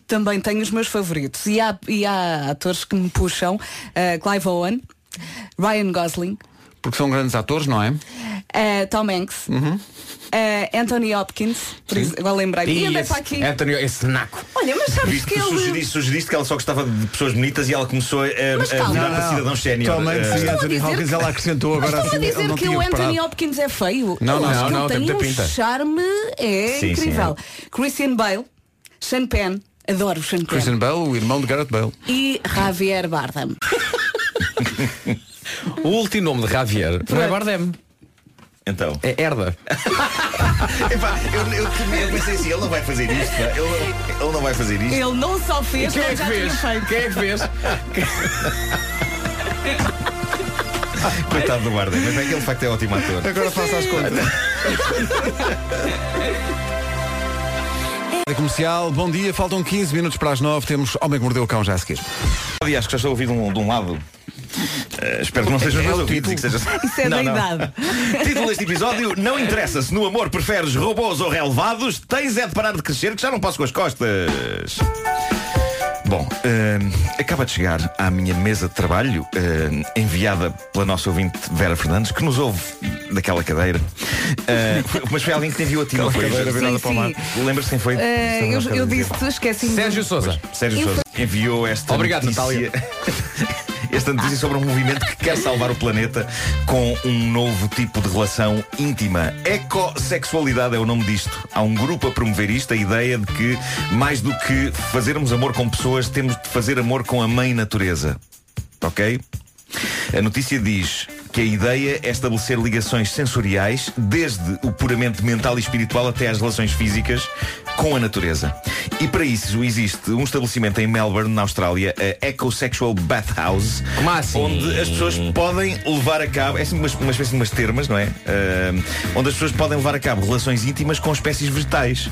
C: também tenho os meus favoritos. E há, e há atores que me puxam, eh, Clive Owen, Ryan Gosling,
A: Porque são grandes atores, não é?
C: eh, Tom Hanks, eh, Anthony Hopkins, por ex- agora lembrei-me, e anda
D: esse-
C: para aqui.
D: Anthony, esse naco.
C: Olha, mas sabes
J: Visto
C: que
J: que tu
C: ele.
J: sugeriste, sugeriste que ela só gostava de pessoas bonitas e ela começou a,
C: Mas
J: a,
C: calma.
J: virar
C: Não,
J: para cidadão sénior.
A: Tom Hanks
J: Eh,
A: e
C: a
A: Anthony
C: dizer
A: Hopkins,
C: que-
A: ela acrescentou
C: Mas
A: agora
C: estão a
A: assim, eu
C: dizer
A: não
C: que
A: tinha
C: o Anthony
A: reparado.
C: Hopkins é feio?
A: Não, não,
C: Ele
A: não,
D: não, tem
C: tem,
D: muita
C: um
D: pinta.
C: charme, é
J: Sim, sim,
C: incrível. Christian Bale, Sean Penn, adoro o Sean Penn.
A: Christian Bale, o irmão de Gareth Bale.
C: E Javier Bardem.
D: O último nome de Javier não é Bardem,
J: Então.
D: é Herda.
J: Epá, eu, eu, temia, eu pensei assim, ele não vai fazer isto, pá. ele, ele não vai fazer isto.
C: Ele não só fez,
D: Quem é
C: mas
D: que
C: já tinha
D: fez?
C: feito.
D: Quem é que fez?
J: Coitado do Bardem, mas bem que ele de facto é ótimo ator.
A: Agora faça as contas. Rádio Comercial, bom dia, faltam 15 minutos para as 9, temos Homem que Mordeu o Cão já a seguir.
J: Aliás, acho que já estou a ouvir de um, de um lado. Eh, espero que não sejam os meus ouvidos e que seja.
C: Isso é da idade.
J: Título deste episódio: Não interessa se no amor preferes robôs ou relevados, tens é de parar de crescer, que já não posso com as costas. Bom, eh, acaba de chegar à minha mesa de trabalho, eh, enviada pela nossa ouvinte Vera Fernandes, que nos ouve daquela cadeira. Eh, foi- mas foi alguém que te enviou a ti, não foi?
C: cadeira virada para o mar.
J: Lembras-te quem foi?
C: Eh, eu eu disse, esqueci-me.
D: Sérgio Sousa.
J: Sérgio Sousa enviou esta
D: Obrigado,
J: notícia. Esta notícia sobre um movimento que quer salvar o planeta com um novo tipo de relação íntima. Ecossexualidade é o nome disto. Há um grupo a promover isto, a ideia de que, mais do que fazermos amor com pessoas, temos de fazer amor com a mãe natureza. Ok? A notícia diz que a ideia é estabelecer ligações sensoriais, desde o puramente mental e espiritual até às relações físicas, com a natureza. E para isso existe um estabelecimento em Melbourne, na Austrália, a Ecosexual Bathhouse,
D: Como assim?
J: onde as pessoas podem levar a cabo, é assim uma, uma espécie de umas termas, não é? Ah, onde as pessoas podem levar a cabo relações íntimas com espécies vegetais,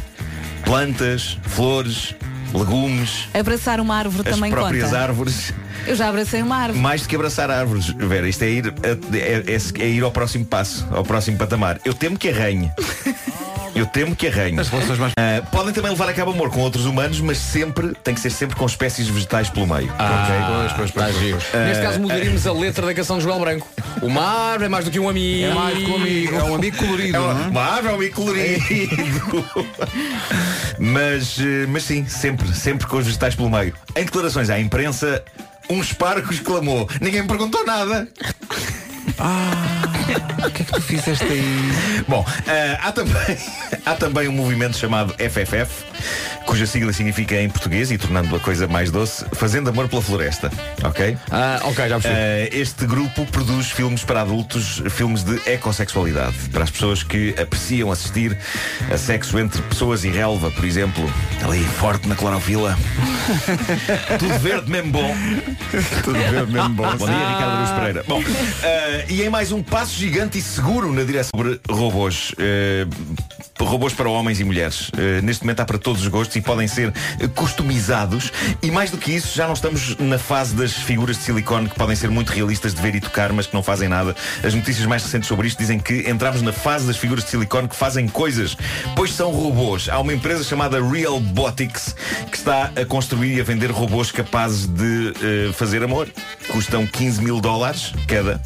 J: plantas, flores, legumes,
C: Abraçar uma árvore
J: as
C: também
J: próprias
C: conta.
J: árvores.
C: Eu já abracei uma árvore.
J: Mais do que abraçar árvores, Vera, isto é ir, é, é- é ir ao próximo passo, ao próximo patamar. Eu temo que arranhe. Eu temo que arranhe.
A: Relações mais...
J: Ah, podem também levar a cabo amor com outros humanos, mas sempre tem que ser sempre com espécies vegetais pelo meio.
D: Ah, tá giro. Neste caso mudaríamos a letra da canção de João Branco. Uma árvore é mais do que um amigo.
A: É mais que um amigo, é um amigo colorido,
J: É
A: não
J: uma-
A: é?
J: uma árvore é um bico colorido.
A: É.
J: mas, eh, mas sim, sempre, sempre com os vegetais pelo meio. Em declarações à imprensa, um esparco exclamou: Ninguém me perguntou nada.
A: O que é que tu fizeste aí?
J: Bom, eh, há, também, há também um movimento chamado FFF, cuja sigla significa em português, e tornando a coisa mais doce, Fazendo Amor pela Floresta, ok?
D: Ah, ok, já percebi.
J: Eh, este grupo produz filmes para adultos, filmes de ecossexualidade, para as pessoas que apreciam assistir a sexo entre pessoas e relva, por exemplo, ali forte na clorofila. Tudo verde mesmo bom.
A: Tudo bem, mesmo bom.
J: Bom dia, Ricardo Aruz Pereira. Bom, eh, e em mais um passo gigante e seguro na direção sobre robôs. eh, robôs para homens e mulheres. Eh, neste momento há para todos os gostos e podem ser eh, customizados. E mais do que isso, já não estamos na fase das figuras de silicone que podem ser muito realistas de ver e tocar, mas que não fazem nada. As notícias mais recentes sobre isto dizem que entramos na fase das figuras de silicone que fazem coisas, pois são robôs. Há uma empresa chamada Realbotics que está a construir e a vender robôs capazes de eh, fazer amor. Custam 15 mil dólares cada.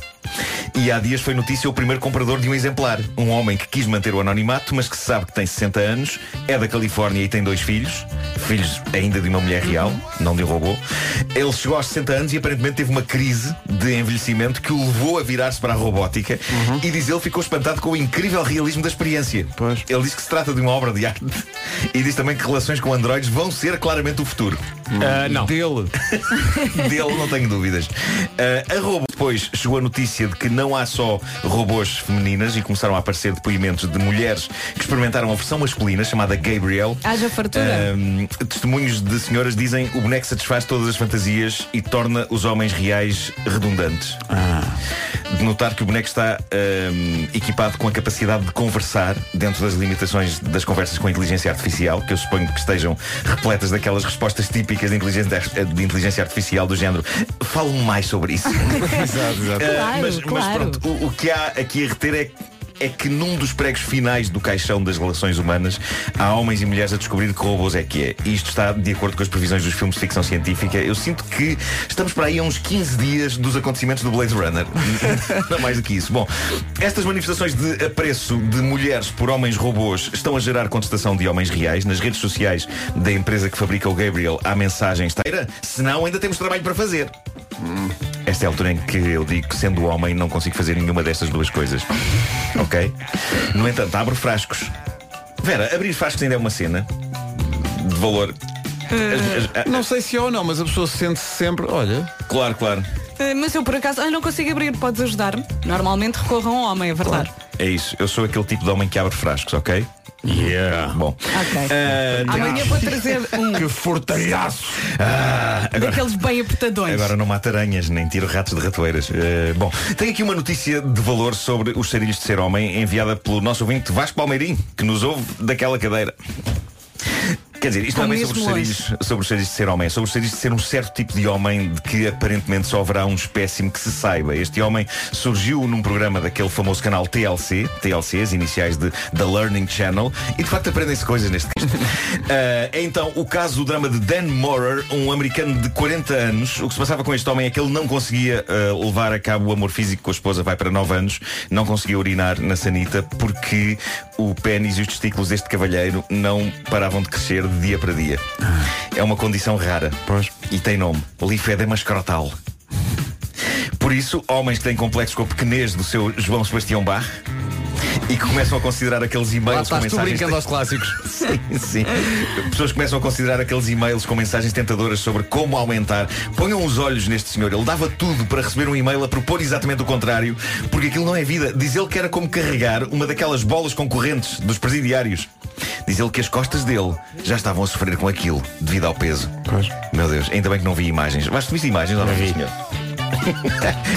J: E há dias foi notícia o primeiro comprador de um exemplar. Um homem que quis manter o anonimato, mas que se sabe que tem 60 anos, é da Califórnia e tem dois filhos, filhos ainda de uma mulher real, não de um robô. Ele chegou aos 60 anos e aparentemente teve uma crise de envelhecimento que o levou a virar-se para a robótica e diz ele ficou espantado com o incrível realismo da experiência.
A: Pois.
J: Ele diz que se trata de uma obra de arte e diz também que relações com androides vão ser claramente o futuro.
D: Ah, não.
A: Dele.
J: Dele não tenho dúvidas. Ah, a robô depois chegou a notícia de que não há só robôs femininas e começaram a aparecer depoimentos de mulheres que experimentaram a versão masculina chamada Gabriel. Ah,
C: Haja fartura.
J: Ahm, testemunhos de senhoras dizem o boneco satisfaz todas as fantasias e torna os homens reais redundantes. De notar que o boneco está ahm, equipado com a capacidade de conversar dentro das limitações das conversas com a inteligência artificial, que eu suponho que estejam repletas daquelas respostas típicas de inteligência, de inteligência artificial do género. Fale-me mais sobre isso.
A: Exato, exato.
J: Uh,
C: Claro,
J: mas, mas
C: claro.
J: pronto, o, o que há aqui a reter é é que num dos pregos finais do caixão das relações humanas há homens e mulheres a descobrir que robôs é que é. E isto está de acordo com as previsões dos filmes de ficção científica. Eu sinto que estamos para aí a uns 15 dias dos acontecimentos do Blade Runner. Não mais do que isso. Bom, estas manifestações de apreço de mulheres por homens robôs estão a gerar contestação de homens reais. Nas redes sociais da empresa que fabrica o Gabriel há mensagem esteira, senão ainda temos trabalho para fazer. Esta é a altura em que eu digo que, sendo homem, não consigo fazer nenhuma destas duas coisas. ok? No entanto, abro frascos. Vera, abrir frascos ainda é uma cena de valor. As- as- a-
A: Não sei se é ou não, mas a pessoa sente-se sempre, olha,
J: claro, claro.
C: Eh, Mas eu por acaso, ai, não consigo abrir, podes ajudar-me? Normalmente recorro a um homem, é verdade.
J: É isso. Eu sou aquele tipo de homem que abre frascos, ok? Yeah. Bom.
C: Ok.
J: Ah,
C: Amanhã vou trazer um
A: que fortalhaço.
J: ah, agora,
C: daqueles bem apertadões.
J: Agora não mato aranhas, nem tiro ratos de ratoeiras. Eh, bom, tem aqui uma notícia de valor sobre os sarilhos de ser homem, enviada pelo nosso ouvinte Vasco Palmeirim, que nos ouve daquela cadeira. Quer dizer, isto
C: Estão
J: também
C: mesmo
J: sobre os, sarilhos, sobre os sarilhos de ser homem, é sobre os sarilhos de ser um certo tipo de homem de que aparentemente só haverá um espécime que se saiba. Este homem surgiu num programa daquele famoso canal TLC, TLC, as iniciais de The Learning Channel, e de facto aprendem-se coisas neste texto. Ah, é então o caso do drama de Dan Morer, um americano de 40 anos. O que se passava com este homem é que ele não conseguia ah, levar a cabo o amor físico com a esposa, vai para 9 anos, não conseguia urinar na sanita porque o pênis e os testículos deste cavalheiro não paravam de crescer de dia para dia.
D: Ah.
J: É uma condição rara.
A: Pois.
J: E tem nome. Linfedema escrotal. Por isso, homens que têm complexos com a pequenez do seu João Sebastião Barre e que começam a considerar aqueles
D: Lá
J: e-mails com
D: estás tu
J: mensagens
D: brincando aos clássicos.
J: Sim, sim. Pessoas começam a considerar aqueles e-mails com mensagens tentadoras sobre como aumentar. Ponham os olhos neste senhor. Ele dava tudo para receber um e-mail a propor exatamente o contrário, porque aquilo não é vida. Diz ele que era como carregar uma daquelas bolas concorrentes dos presidiários. Diz ele que as costas dele já estavam a sofrer com aquilo, devido ao peso.
A: Pois.
J: Meu Deus, ainda bem que não vi imagens. Mas tu viste imagens ou não vi, senhor?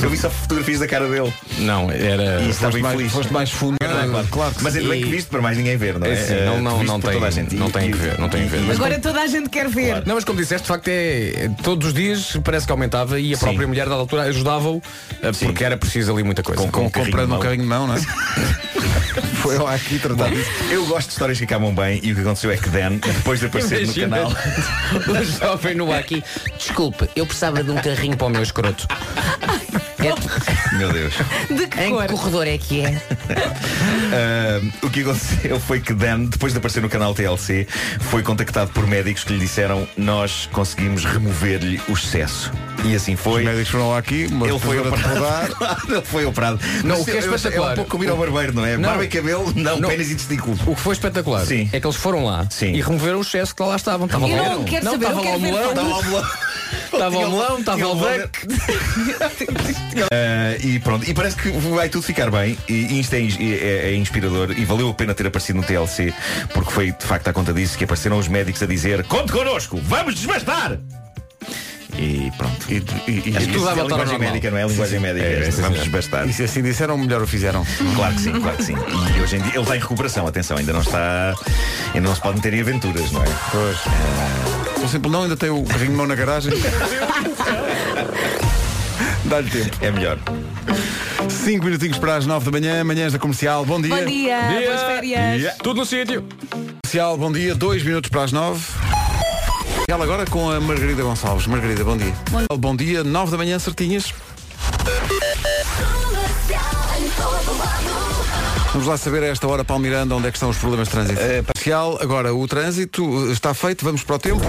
J: Eu vi só fotografias da cara dele.
D: Não, era.
J: E estava
A: Foste mais,
J: infeliz.
A: foste mais fundo.
J: Não é, claro.
A: Claro que
J: Mas ainda bem que
D: E-
J: viste para mais ninguém ver, não é?
D: É sim,
J: Eh,
D: não, não,
J: viste
D: não
J: para
D: tem-
J: toda a gente.
D: não
J: E-
D: tem que ver, não tem que ver. Mas
C: Agora toda a gente quer ver.
D: Não, mas como disseste, de facto é. Todos os dias parece que aumentava e a
J: Sim.
D: própria mulher da altura ajudava-o eh,
J: Sim.
D: porque era preciso ali muita coisa.
J: Com- com- com-
A: comprando um
J: Carrinho
A: carrinho de mão, não é? Foi lá aqui tratar disso.
J: Eu gosto de histórias que acabam bem e o que aconteceu é que Dan, depois de aparecer
D: Imagina.
J: no canal,
D: o jovem no ar aqui. Desculpe, eu precisava de um carrinho para o meu escroto.
J: meu Deus,
C: De que cor?
G: corredor é que é?
J: Ahm, Ah, o que aconteceu foi que Dan, depois de aparecer no canal TLC, foi contactado por médicos que lhe disseram nós conseguimos remover-lhe o excesso. E assim
A: Os
J: foi.
A: médicos foram lá aqui, uma
J: Ele foi
A: professora de
J: operado.
A: rodar.
J: Claro, Ele foi operado.
D: Não,
J: Mas
D: o que é
J: eu- eu-
D: espetacular-
J: É um pouco como ir ao barbeiro, não é?
D: Não.
J: Barba e cabelo, não,
D: Não.
J: pênis e testículo.
D: O que foi espetacular
J: Sim.
D: é que eles foram lá
J: Sim.
D: e removeram o excesso que lá estavam. Estava
C: Eu
D: lá-
C: não quero saber,
D: estava
C: eu
D: lá um
C: quero
D: o
C: ver
D: melão,
C: fotos.
J: Estava ao melão.
D: estava
J: Tinha um
D: o melão, estava
J: tinha
D: o
J: melão.
D: velho.
J: Uh, e pronto, e parece que vai tudo ficar bem e isto é, ins- é- é inspirador e valeu a pena ter aparecido no TLC porque foi de facto à conta disso que apareceram os médicos a dizer Conte connosco, vamos desbastar! E pronto.
A: E, e- e-
J: Acho que
D: tudo
J: isso
D: vai
J: é a
D: voltar ao
J: linguagem
D: normal.
J: médica, não é? A linguagem médica.
D: É,
J: esta.
D: sim,
J: vamos
D: senhor.
J: desbastar.
A: e se assim disseram, melhor o fizeram.
J: Claro que sim, claro que sim. E hoje em dia ele está em recuperação, atenção, ainda não está. Ainda não se pode meter em aventuras, não é?
A: Pois. Por exemplo, não, ainda tem o carrinho de mão na garagem. Dá-lhe tempo.
J: É melhor.
A: 5 minutinhos para as 9 da manhã, manhãs da comercial. Bom dia.
C: Bom dia,
D: Dia.
C: boas férias.
D: Yeah. Tudo no sítio.
A: Comercial, bom dia. 2 minutos para as 9. Ela agora com a Margarida Gonçalves. Margarida, bom dia. Bom, dia, 9 da manhã, certinhas.
F: comercial.
A: Vamos lá saber a esta hora, Palmiranda, onde é que estão os problemas de trânsito. Parcial, agora o trânsito eh, está feito, vamos para o tempo.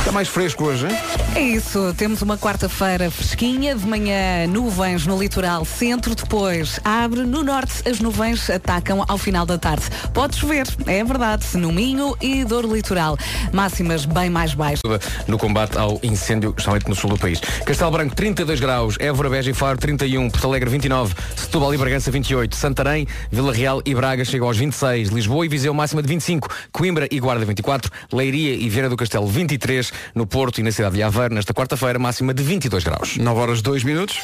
A: Está mais fresco hoje, hein?
C: É isso, temos uma quarta-feira fresquinha, de manhã nuvens no litoral centro, depois abre no norte, as nuvens atacam ao final da tarde. Pode chover, é verdade, no Minho e dor litoral. Máximas bem mais baixas.
D: ajuda no combate ao incêndio, especialmente no sul do país. Castelo Branco, 32 graus, Évora, Beja e Faro, 31, Porto Alegre, 29, Setúbal e Bragança, 28, Santarém, Vila Real e Braga chegam aos 26, Lisboa e Viseu, máxima de 25, Coimbra e Guarda, 24, Leiria e Vieira do Castelo, 23, no Porto e na cidade de Aveiro, nesta quarta-feira, máxima de 22 graus.
A: 9 horas 2 minutos.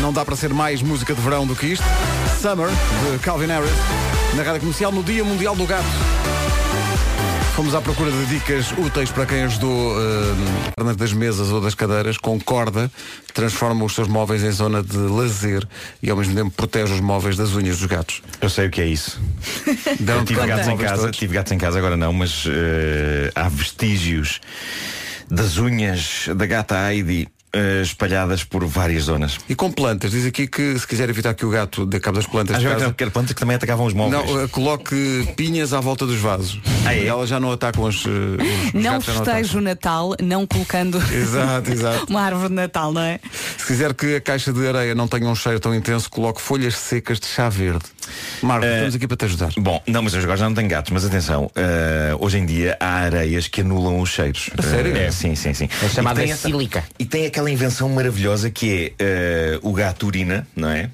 A: Não dá para ser mais música de verão do que isto. Summer, de Calvin Harris, na Rádio Comercial, no Dia Mundial do Gato. Fomos à procura de dicas úteis para quem ajudou eh, pernas das mesas ou das cadeiras com corda, transforma os seus móveis em zona de lazer e ao mesmo tempo protege os móveis das unhas dos gatos.
J: Eu sei o que é isso.
A: Dão
J: Eu tive
A: conta.
J: gatos em
A: Móveis
J: casa,
A: todos.
J: tive gatos em casa agora não, mas eh, há vestígios das unhas da gata Heidi eh, espalhadas por várias zonas.
A: E com plantas, diz aqui que se quiser evitar que o gato dê cabo das plantas
J: Às
A: de
J: vezes
A: casa,
J: qualquer planta que também atacavam os móveis.
A: Não, eh, coloque pinhas à volta dos vasos.
J: Ah, é?
A: E elas já não atacam os. eh, os- os
C: Não
A: gatos já atacam.
C: festeja o Natal não colocando
A: Exato, exato.
C: uma árvore de Natal, não é?
A: Se quiser que a caixa de areia não tenha um cheiro tão intenso, coloque folhas secas de chá verde.
J: Eh,
A: Marco, estamos aqui para te ajudar.
J: Bom, não, mas eu agora já não tenho gatos, mas atenção, eh, hoje em dia há areias que anulam os cheiros.
A: sério?
J: Eh, é, sim, sim, sim. É
D: chamada sílica.
J: E tem aquela invenção maravilhosa que é eh, o gato urina, não é?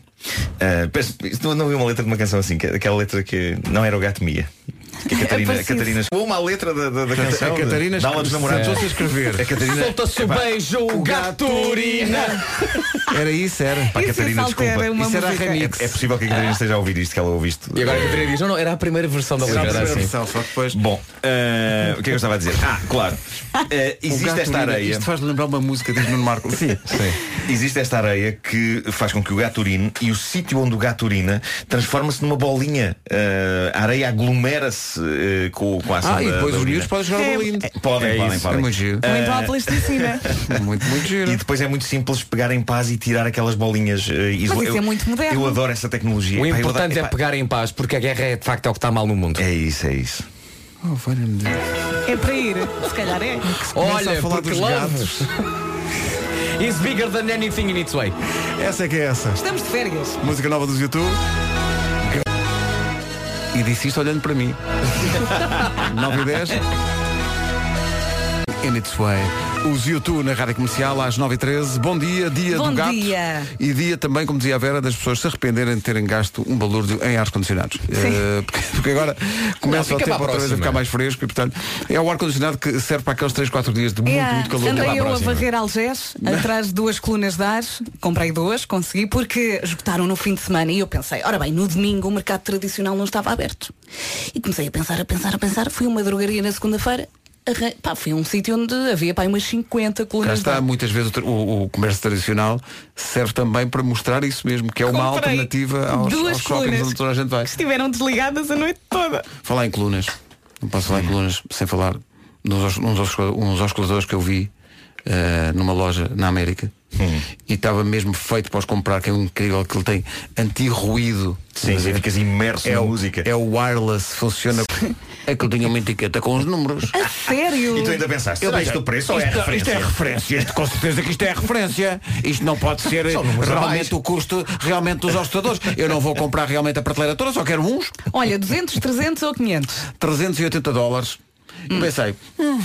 J: Eh, parece- isto não, não vi uma letra de uma canção assim, que- aquela letra que não era o gato Mia. Que a
D: É
J: Catarina, a
C: parecido.
J: Catarina escreveu uma letra da, da, da
A: A
J: canção.
A: Catarina
J: dá dos namorados.
A: sentou-se a escrever.
J: A Catarina,
D: Solta-se o beijo, o gato urina.
A: Era isso, era.
J: Pá,
C: Isso
J: Catarina,
C: é
J: desculpa.
C: salter, é uma
A: Isso era
C: música.
A: remix.
J: é, é possível que a Catarina esteja a ouvir isto, que ela ouve isto.
D: E agora a Catarina diz, não, não, era a primeira versão da letra.
A: Era a
D: era
A: primeira
D: assim.
A: versão, só que depois.
J: Bom, eh, o que é que eu estava a dizer? Ah, claro. Eh,
A: O
J: existe
A: gato
J: esta
A: urina.
J: areia.
A: Isto faz lembrar uma música de Nuno Marco. Sim.
J: Existe esta areia que faz com que o gato urine e o sítio onde o gato urina transforma-se numa bolinha. Eh, a areia aglomera-se eh, com, com a ação
A: Ah, e
J: da-
A: depois
J: da
A: os
J: urina.
A: miúdos podem jogar
C: É-
A: o lindo.
J: Podem,
A: é
J: podem,
A: isso,
J: podem. Ah,
A: É muito giro.
C: Ou então a plasticina.
A: Muito, muito giro.
J: E depois é muito simples pegar em paz e tirar aquelas bolinhas uh,
C: isso é muito moderno.
J: Eu adoro essa tecnologia.
D: O
J: Pá, eu
D: importante
J: adoro-
D: é
J: epá,
D: pegar em paz, porque a guerra é de facto é o que está mal no mundo.
J: É isso, é isso.
A: Oh, valha-me Deus.
C: É para ir. Se calhar é.
A: Começa a
D: Olha,
A: falar
D: porque
A: dos
D: love is bigger than anything in its way.
A: Essa é que é essa.
C: Estamos de férias.
A: Música nova dos YouTube. E disse isto olhando para mim. 9 e 10. In its way. Os YouTube na rádio comercial às 9h13. Bom dia, dia
C: Bom
A: do gato.
C: dia.
A: E dia também, como dizia a Vera, das pessoas se arrependerem de terem gasto um balúrdio em ar-condicionados. Eh, porque, porque agora começa
D: Não,
A: o
D: fica para
A: tempo outra vez
D: a
A: a
D: próxima.
A: ficar mais fresco e, portanto, é o ar-condicionado que serve para aqueles 3, 4 dias de muito,
C: É,
A: muito calor.
C: andei
A: Até à
C: eu a
A: próxima.
C: varrer Algés atrás de duas colunas de ar, comprei duas, consegui, porque esgotaram no fim de semana e eu pensei, ora bem, no domingo o mercado tradicional não estava aberto. E comecei a pensar, a pensar, a pensar, fui a uma drogaria na segunda-feira, arran- pá, fui a um sítio onde havia pá, umas 50
A: Cá
C: colunas de
A: está,
C: ar.
A: muitas vezes o, tra- o- o comércio tradicional serve também para mostrar isso mesmo, que é uma
C: Comprei
A: alternativa aos,
C: duas
A: aos shoppings
C: colunas.
A: onde toda a gente vai.
C: Estiveram desligadas a noite toda.
A: Falar em colunas, não posso
C: Hum.
A: falar em colunas sem falar nos, os- uns, os- uns osculadores que eu vi eh, numa loja na América
J: Hum.
A: e estava mesmo feito para os comprar, que é um incrível, que ele tem anti-ruído.
J: Sim, sim, ficas imerso
A: É
J: na
A: o,
J: música.
A: é o wireless, funciona. É que eu tinha uma etiqueta com os números.
C: A sério?
J: E tu ainda pensaste, será isto o preço ou é a
A: Isto-
J: referência?
A: Isto é referência, isto, com certeza que isto é referência. Isto não pode ser
J: São números a mais.
A: realmente o custo realmente dos ostadores. Eu não vou comprar realmente a prateleira toda, só quero uns
C: Olha, 200, 300 ou 500?
A: 380 dólares. E pensei, hum,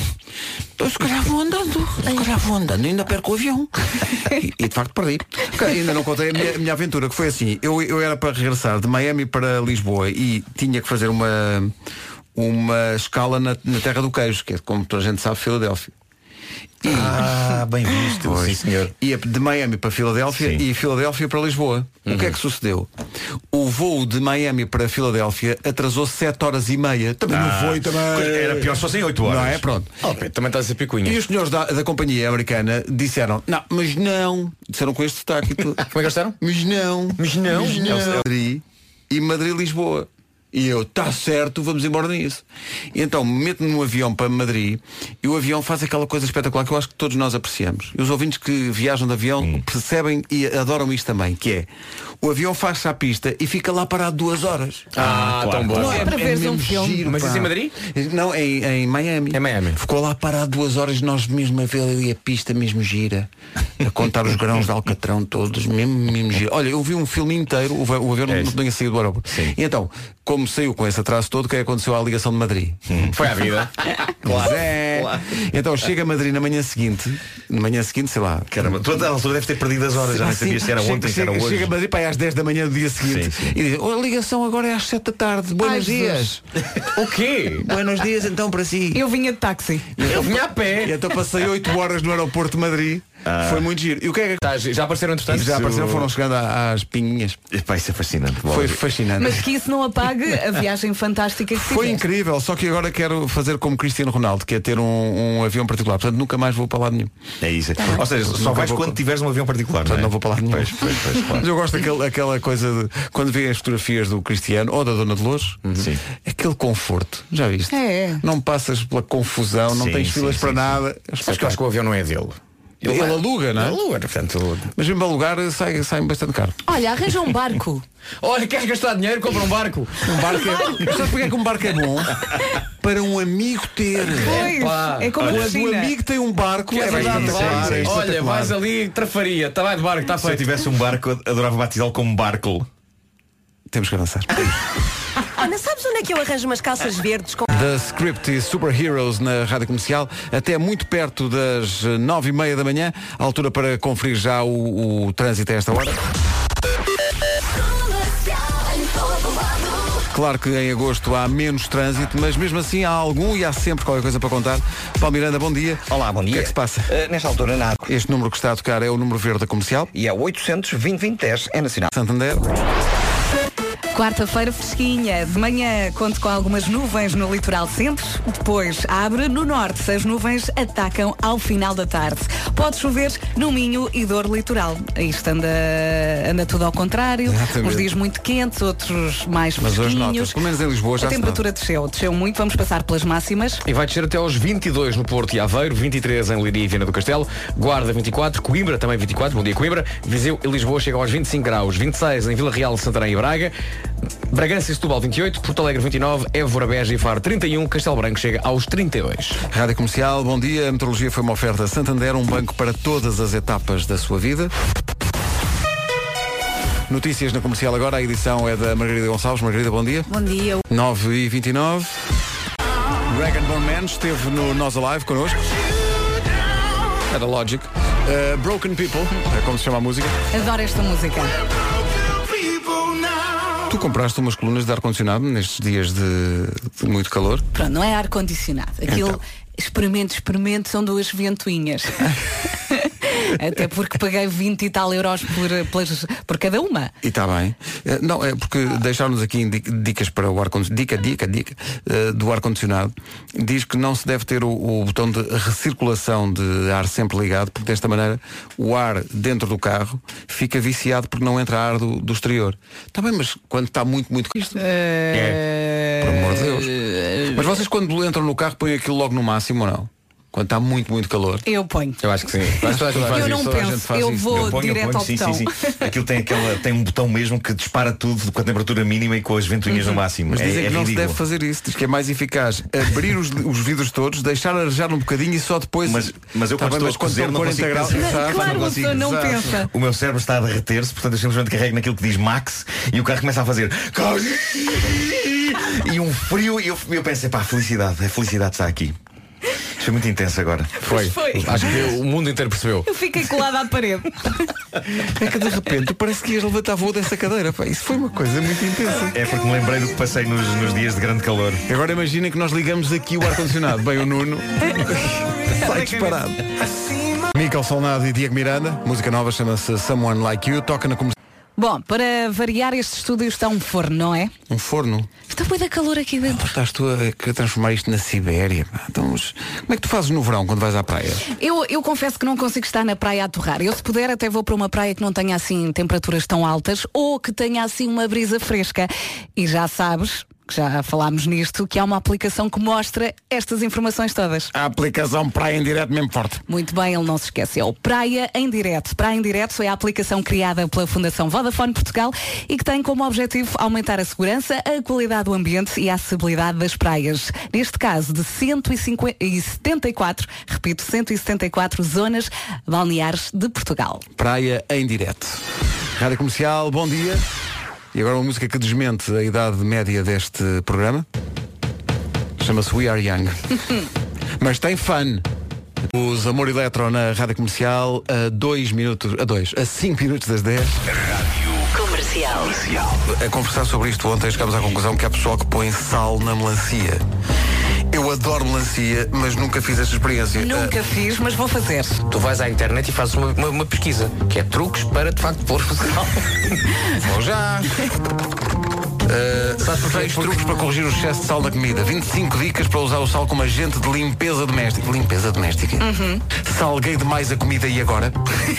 A: eu se calhar vou andando, se calhar vou andando, ainda perco o avião. E, e de facto perdi. Porque ainda não contei a minha, a minha aventura, que foi assim, eu, eu era para regressar de Miami para Lisboa e tinha que fazer uma, uma escala na, na Terra do Queijo, que é como toda a gente sabe, Filadélfia. E-
J: Ah, bem visto.
A: Pois.
J: Sim, senhor.
A: Ia de Miami para Filadélfia
J: Sim. Uhum.
A: e Filadélfia para Lisboa. O que é que sucedeu? O voo de Miami para Filadélfia atrasou 7 horas e meia. Também
J: Ah,
A: não foi, também.
J: Era pior se fossem 8 horas.
A: Não é? Pronto.
D: Oh, Pedro, também estás a ser picuinha.
A: E os senhores da, da companhia americana disseram, não, mas não. Disseram com este sotaque e tudo.
D: Como é que gostaram?
A: mas não.
D: Mas não.
A: Mas não. Madrid e Madrid-Lisboa. E eu, tá certo, vamos embora nisso. E então meto-me num avião para Madrid e o avião faz aquela coisa espetacular que eu acho que todos nós apreciamos. E os ouvintes que viajam de avião percebem e adoram isto também, que é o avião faz-se à pista e fica lá parado duas horas.
D: Ah, tão bom.
C: Não é para veres um filme.
D: Mas
A: pá.
D: isso em Madrid?
A: Não, em, em Miami.
D: Em Miami.
A: Ficou lá parado duas horas, nós mesmo a ver ali a pista, mesmo gira. A contar os grãos de Alcatrão todos, mesmo, mesmo gira. Olha, eu vi um filme inteiro, o ve- o
J: É
A: avião não, não tinha saído do aeroporto. E então, como saiu com esse atraso todo, o que é que aconteceu à ligação de Madrid?
D: Foi à vida.
A: Pois é. Então chega a Madrid na manhã seguinte, na manhã seguinte, sei lá,
J: Caramba, tu a altura deves ter perdido as horas, já nem
A: Assim,
J: sabias se era
A: chega-
J: ontem, se era
A: chega-
J: hoje.
A: Chega a Madrid para aí às 10 da manhã do dia seguinte
J: Sim, sim.
A: e diz, "Oh, a ligação agora é às 7 da tarde. Buenos dias.
D: o quê?
A: Buenos dias então para si.
C: Eu vinha de táxi.
D: Eu vinha a
A: E
D: pé.
A: então passei 8 horas no aeroporto de Madrid.
J: Ah.
A: Foi muito giro. E o que é que
D: Tá, já apareceram entretanto?
A: já apareceram foram chegando à- às pinguinhas.
J: Epá, isso é fascinante. Bom,
A: Foi fascinante.
C: Mas que isso não apague a viagem fantástica que
A: Foi
C: tiveste.
A: incrível, só que agora quero fazer como Cristiano Ronaldo, que é ter um, um avião particular. Portanto, nunca mais vou para lado nenhum.
J: É isso.
C: Tá
J: Ou seja, só
A: Nunca
J: vais
A: vou-
J: quando tiveres um avião particular.
A: Portanto,
J: é?
A: não vou para lado nenhum.
J: Pois, pois, pois, claro.
A: Mas eu gosto daquele, daquela coisa de quando vêem as fotografias do Cristiano ou da Dona Dolores,
J: Uhum. Sim.
A: aquele conforto, já viste?
C: É, é.
A: Não passas pela confusão, não
J: Sim,
A: tens
J: sim,
A: filas
J: sim,
A: para
J: sim.
A: nada.
D: Sabes que eu acho que o avião não é dele.
A: Ele aluga, não é?
D: Aluga, portanto.
A: Mas em primeiro lugar sai, sai bastante caro.
C: Olha, arranja um barco.
D: Olha, queres gastar dinheiro? Compra um barco.
A: Um barco é... Sabe porque é que um barco é bom? Para um amigo ter.
C: Pois,
D: Epá.
C: é como
A: Quando o
C: piscina.
A: amigo tem um barco, é
D: Queres
A: verdade.
D: ir de
J: sim,
D: barco?
J: sim, sim.
D: Olha, vais ali, trafaria. Está bem de barco, está
J: Se eu
D: feito.
J: tivesse um barco, eu adorava batizá-lo como um barco.
A: Temos que avançar.
G: Ana, sabes onde é que eu arranjo umas calças verdes com...
A: The Script e Superheroes na Rádio Comercial, até muito perto das eh, nove e meia da manhã, altura para conferir já o, o trânsito a esta hora. Claro que em agosto há menos trânsito, mas mesmo assim há algum e há sempre qualquer coisa para contar. Paulo Miranda, bom dia.
B: Olá, bom
A: O
B: dia.
A: que é que se passa?
B: Eh, nesta altura, nada.
A: Este número que está a tocar é o número verde da comercial,
B: E é 800 é nacional.
A: Santander.
C: Quarta-feira fresquinha. De manhã conto com algumas nuvens no litoral centro. Depois abre no norte. As nuvens atacam ao final da tarde. Pode chover no Minho e Dor Litoral. Isto anda, anda tudo ao contrário.
A: Exatamente.
C: Uns dias muito quentes, outros mais
A: Mas hoje
C: fresquinhos.
A: notas. Pelo menos em Lisboa já
C: A
A: se
C: temperatura desceu. Desceu muito. Vamos passar pelas máximas.
D: E vai descer até aos 22 no Porto e Aveiro, 23 em Leiria e Viana do Castelo, Guarda 24, Coimbra também 24, bom dia Coimbra, Viseu e Lisboa chegam aos 25 graus, 26 em Vila Real, Santarém e Braga, Bragança e Setúbal 28, Porto Alegre 29, Évora, Beja e Faro 31, Castelo Branco chega aos 32.
A: Rádio Comercial, bom dia. A meteorologia foi uma oferta a Santander, um banco para todas as etapas da sua vida. Notícias na comercial agora, a edição é da Margarida Gonçalves. Margarida, bom dia.
E: Bom dia.
A: 9 e 29 Dragon Bone Man esteve no Nós Alive connosco. Era Logic. Uh, Broken People, é como se chama a música.
C: Adoro esta música.
A: Tu compraste umas colunas de ar-condicionado nestes dias de, de muito calor.
C: Pronto, não é ar-condicionado. Aquilo,
A: Então.
C: experimento, experimento, são duas ventoinhas. Até porque paguei 20 e tal euros por, pelas- por cada uma.
A: E está bem. Eh, Não, é porque deixaram-nos aqui indi- dicas para o ar-condicionado. Dica, dica, dica eh, do ar-condicionado. Diz que não se deve ter o, o botão de recirculação de ar sempre ligado, porque desta maneira o ar dentro do carro fica viciado porque não entra ar do, do exterior. Está bem, mas quando está muito, muito. Isto,
C: É.
A: por amor de Deus. Mas vocês quando entram no carro põem aquilo logo no máximo ou não? Quando está muito, muito calor.
C: Eu ponho.
D: Eu acho que sim.
C: Eu não
A: isso, toda a gente
C: penso,
A: faz
C: eu
A: isso.
C: vou
J: eu ponho,
C: direto
J: eu ponho,
C: ao
J: sim,
C: botão.
J: sim, sim. Aquilo tem, aquela, tem um botão mesmo que dispara tudo com a temperatura mínima e com as ventoinhas
C: Uhum.
J: no máximo.
A: Mas
J: é,
A: dizem
J: é
A: que não se
J: ridículo.
A: deve fazer isso, diz que é mais eficaz abrir os, os vidros todos, deixar arejar um bocadinho e só depois.
J: Mas- mas eu
A: Tá
J: quando
A: bem,
J: estou
A: mas
J: a cozer
A: estão
J: não
A: 40
J: consigo
A: graus,
J: pensar.
A: exato,
C: Claro, a pessoa não
A: exato.
C: pensa.
J: O meu cérebro está a derreter-se, portanto eu simplesmente carrego naquilo que diz max e o carro começa a fazer e um frio e eu, eu penso, pá, felicidade, a felicidade está aqui. Isto é muito intenso agora.
D: Foi.
C: Foi.
D: Acho que o mundo inteiro percebeu.
C: Eu fiquei colada à parede.
A: É que de repente parece que ias levantar voo dessa cadeira. pá. Isso foi uma coisa muito intensa.
J: É porque me lembrei do que passei nos, nos dias de grande calor.
A: Agora imagina que nós ligamos aqui o ar-condicionado. Bem, o Nuno sai disparado. Michael Solnado e Diego Miranda, música nova chama-se Someone Like You, toca na como
C: Bom, para variar, este estúdio está um forno, não é?
A: um forno.
C: Está muito calor aqui dentro.
A: Pá, Estás tu a querer transformar isto na Sibéria. pá. Então, os- como é que tu fazes no verão quando vais à praia?
C: Eu, eu confesso que não consigo estar na praia a torrar. Eu, se puder, até vou para uma praia que não tenha assim temperaturas tão altas ou que tenha assim uma brisa fresca. E já sabes que já falámos nisto, que há uma aplicação que mostra estas informações todas.
A: A aplicação praia em direto mesmo forte.
C: Muito bem, ele não se esqueceu. Praia em Direto. Praia em Direto foi a aplicação criada pela Fundação Vodafone Portugal e que tem como objetivo aumentar a segurança, a qualidade do ambiente e a acessibilidade das praias. Neste caso, de 174, repito, 174 zonas balneares de Portugal.
A: Praia em direto. Rádio Comercial, bom dia. E agora uma música que desmente a idade média deste programa. Chama-se We Are Young. Mas tem fun. Os Amor Eletro na Rádio Comercial a 2 minutos, a 2, a 5 minutos das 10.
H: Comercial.
A: A conversar sobre isto ontem chegámos à conclusão que há pessoal que põe sal na melancia. Eu adoro melancia, mas nunca fiz esta experiência.
C: Nunca fiz, mas vou fazer.
I: Tu vais à internet e fazes uma, uma- uma pesquisa, que é truques para de facto pôr sal.
A: Vou já. Uh, seis truques para corrigir o excesso de sal na comida. 25 dicas para usar o sal como agente de limpeza doméstica. Limpeza doméstica.
C: Uhum.
A: Salguei demais a comida e agora?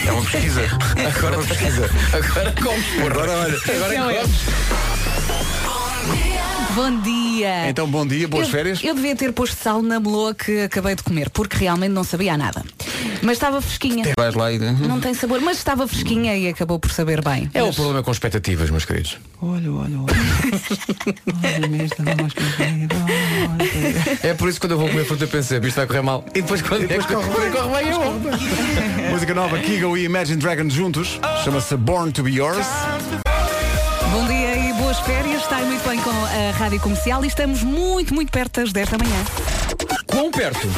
A: É uma pesquisa. agora é uma pesquisa.
I: Agora comes, porra.
A: Agora olha.
C: Não é? Bom dia.
A: Então bom dia, boas
C: eu,
A: férias.
C: Eu devia ter posto sal na meloa que acabei de comer, porque realmente não sabia a nada. Mas estava fresquinha.
A: Vais lá e.
C: Não tem sabor, mas estava fresquinha e acabou por saber bem.
D: É o problema com expectativas, meus queridos. É por isso que quando eu vou comer fruta pensei, isto vai correr mal. E depois quando é que corre, bem eu.
A: Música nova, Kigo e Imagine Dragons juntos. Chama-se Born to Be Yours.
C: Bom dia e boas férias. Está muito bem com a Rádio Comercial e estamos muito, muito perto das 10 da manhã.
D: Quão perto?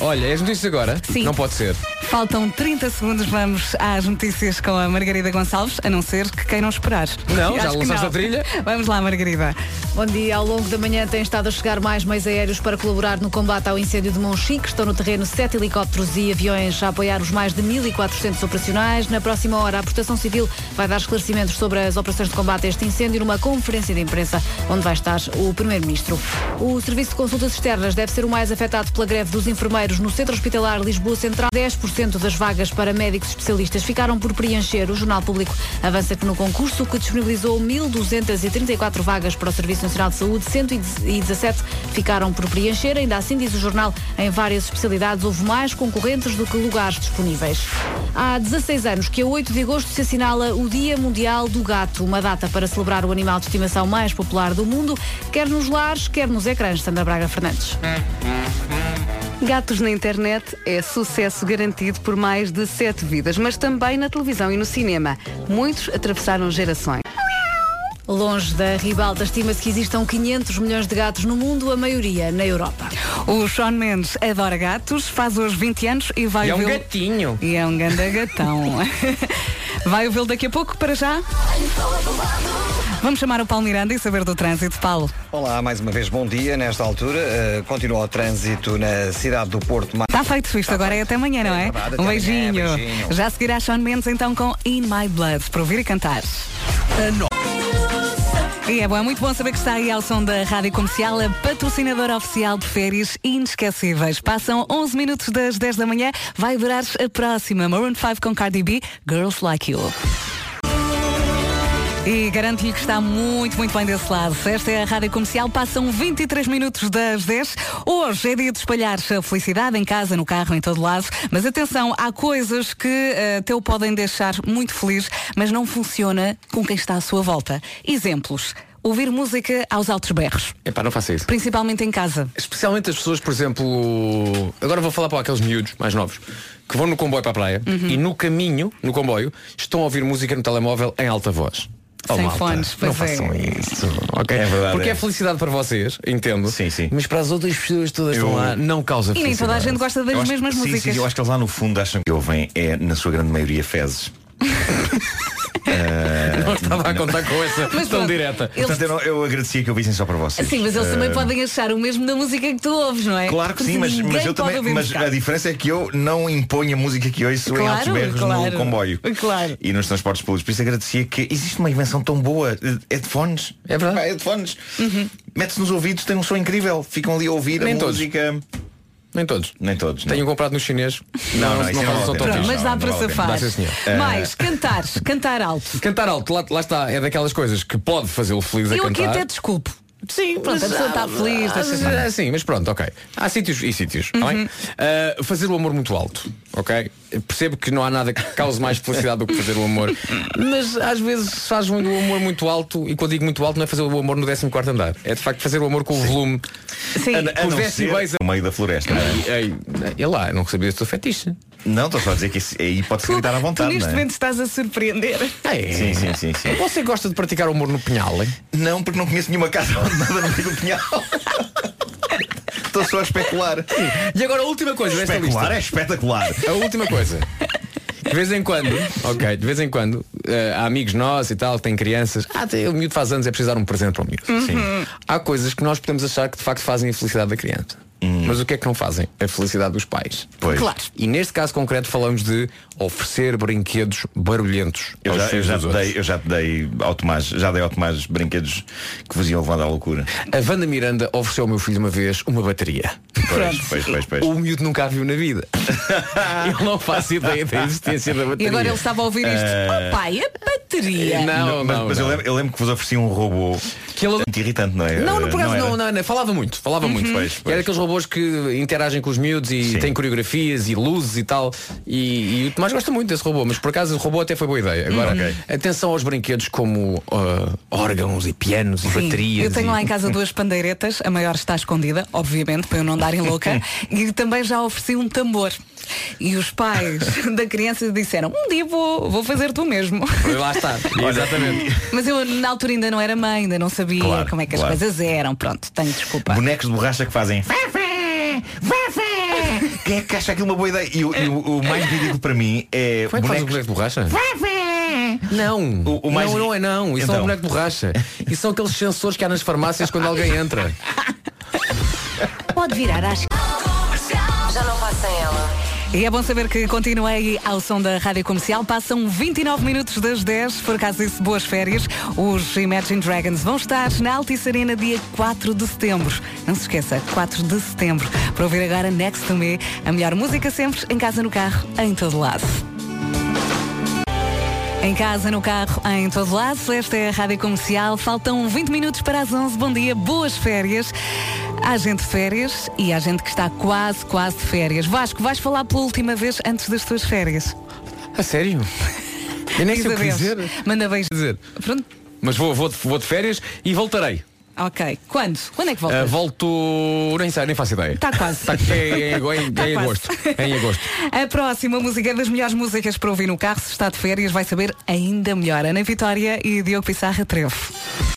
D: Olha, és notícias agora?
C: Sim.
D: Não pode ser.
C: Faltam 30 segundos, vamos às notícias com a Margarida Gonçalves, a não ser que queiram esperar.
D: Não, já
C: Acho que
D: lançaste
C: não.
D: a trilha?
C: Vamos lá, Margarida.
E: Bom dia. Ao longo da manhã têm estado a chegar mais meios aéreos para colaborar no combate ao incêndio de Monchique. Estão no terreno sete helicópteros e aviões a apoiar os mais de 1.400 operacionais. Na próxima hora, a Proteção Civil vai dar esclarecimentos sobre as operações de combate a este incêndio numa conferência de imprensa onde vai estar o Primeiro-Ministro. O Serviço de Consultas Externas deve ser o mais afetado pela greve dos enfermeiros no Centro Hospitalar Lisboa Central. 10% das vagas para médicos especialistas ficaram por preencher. O Jornal Público avança que no concurso que disponibilizou 1.234 vagas para o Serviço Nacional de Saúde, 117 ficaram por preencher. Ainda assim, diz o jornal, em várias especialidades houve mais concorrentes do que lugares disponíveis. Há 16 anos que a 8 de agosto se assinala o Dia Mundial do Gato, uma data para celebrar o animal de estimação mais popular do mundo, quer nos lares, quer nos ecrãs. Sandra Braga Fernandes.
K: Gatos na internet é sucesso garantido por mais de sete vidas, mas também na televisão e no cinema. Muitos atravessaram gerações.
E: Longe da ribalta, estima-se que existam 500 milhões de gatos no mundo, a maioria na Europa.
C: O Sean Mendes adora gatos, faz hoje 20 anos e vai
I: E é um
C: vê-lo-
I: gatinho.
C: E é um ganda gatão. vai ouvi-lo daqui a pouco, para já. Vamos chamar o Paulo Miranda e saber do trânsito. Paulo,
B: Olá, mais uma vez bom dia. Nesta altura, eh, continua o trânsito na cidade do Porto. mais-
C: está feito isto, agora é até amanhã, não é?
B: Tá verdade, até
C: um
B: amanhã,
C: beijinho.
B: beijinho.
C: Já seguirá Sean Mendes então com In My Blood, para ouvir e cantar. E é bom, é muito bom saber que está aí ao som da Rádio Comercial, a patrocinadora oficial de férias inesquecíveis. Passam 11 minutos das 10 da manhã, vai durar a próxima Maroon 5 com Cardi B, Girls Like You. E garanto-lhe que está muito, muito bem desse lado. Esta é a Rádio Comercial, passam 23 minutos das 10. Hoje é dia de espalhar a felicidade em casa, no carro, em todo lado. Mas atenção, há coisas que eh, até o podem deixar muito feliz, mas não funciona com quem está à sua volta. Exemplos. Ouvir música aos altos berros,
D: Epá, não faça isso.
C: principalmente em casa.
D: Especialmente as pessoas, por exemplo, agora vou falar para aqueles miúdos mais novos que vão no comboio para a praia
C: Uhum.
D: e no caminho, no comboio, estão a ouvir música no telemóvel em alta voz. Oh,
C: Sem
D: malta,
C: fones,
D: não
C: pois é.
D: façam isso. ok?
J: É verdade,
D: Porque é.
J: é.
D: felicidade para vocês, entendo.
J: Sim, sim.
D: Mas para as outras pessoas todas que estão lá, não causa
C: E nem
D: felicidade.
C: toda a gente gosta das
J: Eu acho-
C: mesmas
J: sim,
C: músicas.
J: Sim, eu acho que eles lá no fundo acham que ouvem é, na sua grande maioria, fezes. É.
D: Não estava a contar com essa
C: Mas
D: tão
C: pronto,
D: direta.
C: eles-
J: Portanto, eu, não- eu agradecia que ouvissem só para vocês.
C: Sim, mas eles
J: Eh,
C: também podem achar o mesmo da música que tu ouves, não é?
J: Claro que
C: Porque
J: sim, mas, mas
C: ninguém
J: eu
C: pode
J: também.
C: ouvir
J: Mas
C: música.
J: a diferença é que eu não imponho a música que ouço em
C: Claro,
J: altos berros
C: claro,
J: no comboio.
C: claro.
J: E nos transportes públicos. Por isso agradecia que existe uma invenção tão boa. eh, Headphones.
D: É verdade.
C: Uhum.
J: Pá, headphones. Mete-se nos ouvidos, tem um som incrível. Ficam ali a ouvir
D: Nem
J: a
D: todos.
J: música.
D: Nem todos.
J: Nem todos.
D: Tenho comprado no chinês.
J: Não, não,
D: não,
J: isso
D: fazem
J: é não vale a
D: autotipos.
J: pena.
C: Pronto, mas dá para safar.
D: Dá, sim, senhor.
J: Eh,
C: Mais, cantar, cantar alto.
D: Cantar alto, lá, lá está, é daquelas coisas que pode fazê-lo feliz a
C: Eu aqui
D: cantar.
C: até desculpo.
D: Sim,
C: Pronto, a pessoa está feliz, deixa estar.
D: Ah, sim, mas pronto, ok. Há sítios e sítios, está bem? Ah, fazer o amor muito alto, ok? Percebo que não há nada que cause mais felicidade do que fazer o amor. Mas às vezes faz um o amor muito alto e quando digo muito alto não é fazer o amor no 14 andar. É de facto fazer o amor com o volume.
C: Sim.
J: A, a
D: Os
J: não
D: decibéis
J: ser no meio da floresta. não é?
D: Ei, ei lá, eu não sabia desse teu fetiche.
J: Não, estou só a dizer que isso, aí pode-se
C: Tu-
J: gritar à
C: tu
J: vontade.
C: neste
J: não é?
C: momento estás a surpreender.
D: Ei,
J: Sim, sim, sim, sim.
D: Ah, é? Você gosta de praticar o amor no pinhal, hein?
J: Não, porque não conheço nenhuma casa onde nada no meio do pinhal. Estou só a especular.
D: E agora a última coisa desta lista.
J: Especular é espetacular.
D: A última coisa. De vez em quando, ok, de vez em quando, eh, há amigos nossos e tal, que têm crianças. Ah, tem- o miúdo faz anos, é precisar um presente para o miúdo.
J: Uhum.
D: Sim. Há coisas que nós podemos achar que de facto fazem a felicidade da criança. Mas o que é que não fazem? A felicidade dos pais.
J: Uhum. Pois.
C: Claro.
D: E neste caso concreto falamos de oferecer brinquedos barulhentos.
J: Eu
D: aos
J: já, eu
D: filhos
J: já
D: dos
J: te
D: outros.
J: dei, eu já te dei ao Tomás, já dei ao Tomás brinquedos que vos iam levando à loucura.
D: A Wanda Miranda ofereceu ao meu filho uma vez uma bateria.
J: Pois, pois, pois, pois.
D: O miúdo nunca a viu na vida. Ele não faz ideia da existência da
C: E
D: bateria.
C: agora ele estava a ouvir isto. Oh pai, a bateria.
D: Não,
J: mas
D: não,
J: mas
D: não.
J: Eu, lembro, eu lembro que vos ofereci um robô
D: Que ele-
J: muito irritante, não é?
D: Não, não, por acaso,
J: era?
D: não, não, não, falava muito, falava muito.
J: Pois,
D: E
J: pois.
D: era aqueles robôs que interagem com os miúdos e
J: Sim.
D: têm coreografias e luzes e tal. E, e o Tomás gosta muito desse robô, mas por acaso o robô até foi boa ideia. Agora,
J: Uhum. Ok.
D: atenção aos brinquedos como ah, órgãos e pianos e
C: Sim,
D: baterias.
C: Eu tenho
D: e-
C: lá em casa duas pandeiretas, a maior está escondida, obviamente, para eu não dar em louca, e também já ofereci um tambor. E os pais da criança disseram, um dia vou, vou fazer tu mesmo.
D: Lá está. Exatamente.
C: Mas eu na altura ainda não era mãe, ainda não sabia
J: Claro,
C: como é que as
J: claro.
C: coisas eram. Pronto, tenho desculpa.
J: Bonecos de borracha que fazem fé, fé, fé, fé. Quem é que acha aquilo uma boa ideia? E o, e o- o mais ridículo para mim é
D: Como é que faz o boneco
J: bonecos
D: de borracha? Não,
J: O- o mais-
D: não, não é não. Isso é um
J: Então.
D: boneco de borracha. Isso são aqueles sensores que há nas farmácias quando alguém entra.
E: Pode virar às
F: Já não passa ela.
C: E é bom saber que continuei ao som da Rádio Comercial. Passam 29 minutos das 10, por acaso isso, boas férias. Os Imagine Dragons vão estar na Altice Arena dia 4 de setembro. Não se esqueça, 4 de setembro. Para ouvir agora Next to Me, a melhor música sempre, em casa, no carro, em todo lado. Em casa, no carro, em todo lado, esta é a Rádio Comercial. Faltam 20 minutos para as 11. Bom dia, boas férias. Há gente de férias e há gente que está quase, quase de férias. Vasco, vais falar pela última vez antes das tuas férias.
D: A sério? Eu nem sei o que
C: Isabel,
D: dizer.
C: Manda beijo.
D: dizer.
C: Pronto.
D: Mas vou, vou, de- vou de férias e voltarei.
C: Ok. Quando? Quando é que
D: Ah,
C: voltas?
D: volto. Nem sei, nem faço ideia.
C: Tá quase.
D: Tá- é, é- é- é- é em
J: Tá
C: quase.
D: agosto. É em agosto.
C: A próxima música é das melhores músicas para ouvir no carro. Se está de férias, vai saber ainda melhor. Ana Vitória e Diogo Pissarra Trevo.